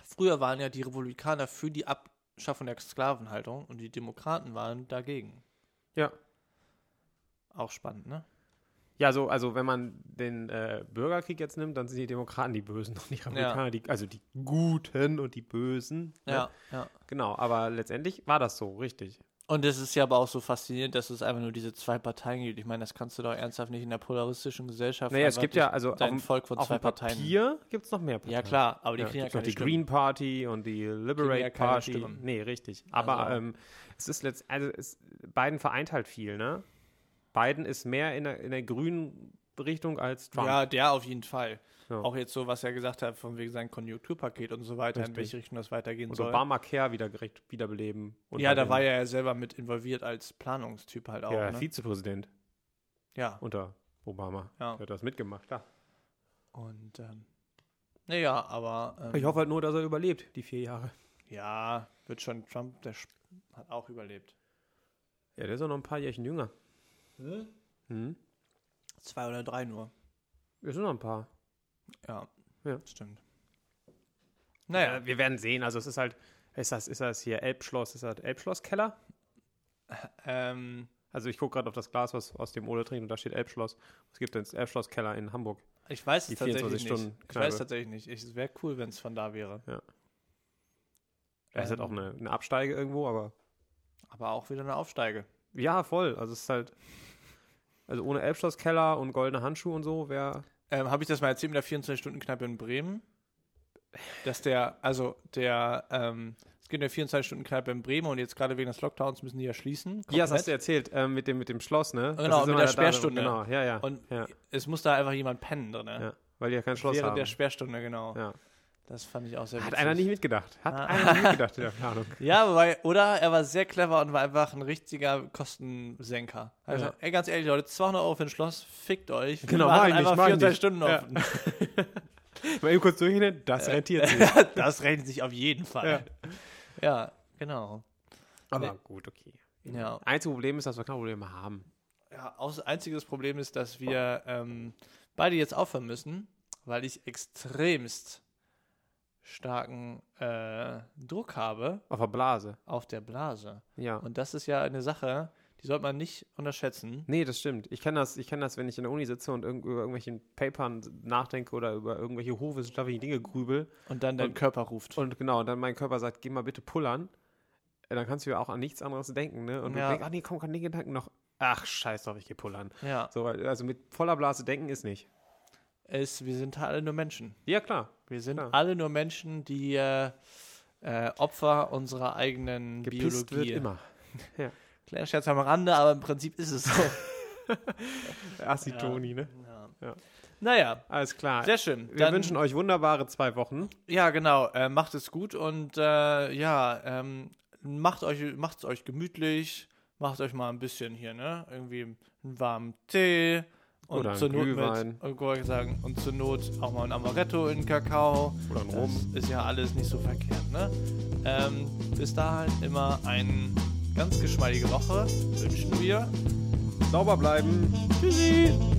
Früher waren ja die Republikaner für die Abschaffung der Sklavenhaltung und die Demokraten waren dagegen.
Ja.
Auch spannend, ne?
Ja, so, also wenn man den äh, Bürgerkrieg jetzt nimmt, dann sind die Demokraten die Bösen und die Republikaner, die, also die Guten und die Bösen. ne?
Ja, ja.
Genau, aber letztendlich war das so, richtig.
Und es ist ja aber auch so faszinierend, dass es einfach nur diese zwei Parteien gibt. Ich meine, das kannst du doch ernsthaft nicht in der polaristischen Gesellschaft.
Naja, es gibt ja, also auf,
ein
dem-
Volk von
auf
zwei
dem
Parteien.
Papier gibt es noch mehr Parteien.
Ja klar, aber die
Ja,
kriegen ja
gibt's noch
keine
die
Stimmen.
Green Party und die Liberate
ja keine
Party.
Stimmen.
Nee, richtig. Aber
Also-
ähm, es ist letzt, also es, Biden vereint halt viel, ne? Biden ist mehr in der, in der grünen Richtung als Trump.
Ja, der auf jeden Fall.
Ja.
Auch jetzt so, was er gesagt hat, von wegen sein Konjunkturpaket und so weiter, in
Richtig.
welche Richtung das weitergehen
und
soll.
Obamacare wieder gerecht, wiederbeleben. Und
ja,
dann
da
den-
war er ja selber mit involviert als Planungstyp halt auch.
ja,
ne?
Vizepräsident
ja.
unter Obama.
Ja.
Der hat das mitgemacht, klar.
Und ähm, naja, aber ähm,
Ich hoffe halt nur, dass er überlebt, die vier Jahre.
ja, wird schon Trump, der sch- hat auch überlebt.
Ja, der ist auch noch ein paar Jährchen jünger. Hm?
Zwei oder drei nur.
Wir sind noch ein paar.
Ja,
Ja.
stimmt. Naja,
Ja, wir werden sehen. Also es ist halt, ist das, ist das hier Elbschloss, ist das Elbschlosskeller?
ähm,
Also ich gucke gerade auf das Glas, was aus dem Ole trinkt und da steht Elbschloss. Es gibt den Elbschlosskeller in Hamburg.
ich weiß
Die
es tatsächlich
24
nicht.
Stunden
Ich weiß
Kneipe.
es tatsächlich nicht. Ich- Es wäre cool, wenn es von da wäre.
Ja. Es ist halt
Ähm,
auch eine, eine Absteige irgendwo, aber
Aber auch wieder eine Aufsteige.
ja, voll. Also es ist halt, also ohne Elbschlosskeller und goldene Handschuhe und so wäre,
Ähm, Habe ich das mal erzählt mit der 24-Stunden-Kneipe in Bremen? Dass der, also der, ähm, es gibt eine 24-Stunden-Kneipe in Bremen und jetzt gerade wegen des Lockdowns müssen die ja schließen.
ja, das
komplett.
hast du erzählt, ähm, mit, dem, mit dem Schloss, ne? Das
Genau,
ist
mit
immer
der
da- da-
Sperrstunde.
Genau, ja, ja.
Und
ja,
es muss da einfach jemand pennen drin. ne?
ja. Weil die ja kein Schloss
Während
haben.
der Sperrstunde, genau.
Ja.
Das fand ich auch sehr
Hat
witzig.
einer nicht mitgedacht. Hat
Ah.
einer nicht mitgedacht in der Planung.
Ja, weil, oder er war sehr clever und war einfach ein richtiger Kostensenker. Also,
Ja.
ey, ganz ehrlich, Leute, 200 Euro für ein Schloss, fickt euch.
Genau,
Wir machen
mach ich nicht,
einfach
mach ich
24
nicht.
Stunden
Ja.
offen.
Mal eben kurz durchhinein, das
Äh,
rentiert sich.
Das rechnet sich auf jeden Fall. Ja, genau.
Aber gut, okay.
Ja.
Einziges Problem ist, dass wir keine Probleme haben.
Ja, aus, einziges Problem ist, dass wir ähm, beide jetzt aufhören müssen, weil ich extremst starken äh, Druck habe
Auf der Blase.
auf der Blase.
Ja.
Und das ist ja eine Sache, die sollte man nicht unterschätzen.
Nee, das stimmt. Ich kenne das, ich kenn das, wenn ich in der Uni sitze und irgend, über irgendwelchen Papern nachdenke oder über irgendwelche hochwissenschaftlichen Dinge grübel.
Und dann dein
Und-
Körper ruft.
Und genau, dann mein Körper sagt, geh mal bitte pullern. Äh, Dann kannst du ja auch an nichts anderes denken, ne? Und
Ja.
du denkst, ach nee, komm, kann den Gedanken noch. Ach, scheiß drauf, ich geh pullern.
ja.
So, weil- also mit voller Blase denken ist nicht.
ist, wir sind alle nur Menschen.
Ja, klar.
Wir sind
Klar.
alle nur Menschen, die äh, äh, Opfer unserer eigenen
Gepisst
Biologie.
wird immer.
Kleiner Scherz am Rande, aber im Prinzip ist es so.
Assi-Toni, ne?
ja.
Ja.
Naja,
Alles klar.
sehr schön.
wir wünschen euch wunderbare zwei Wochen.
ja, genau. Äh, macht es gut und äh, ja, ähm, macht euch, macht's euch gemütlich. Macht euch mal ein bisschen hier, ne? Irgendwie einen warmen Tee. Und
Oder einen
zur Not
Glühwein.
mit, und wollte ich sagen, und zur Not auch mal ein Amaretto in Kakao.
Oder einen Rum.
Das ist ja alles nicht so verkehrt, ne? Ähm, bis dahin immer eine ganz geschmeidige Woche wünschen wir.
Sauber bleiben.
Tschüssi!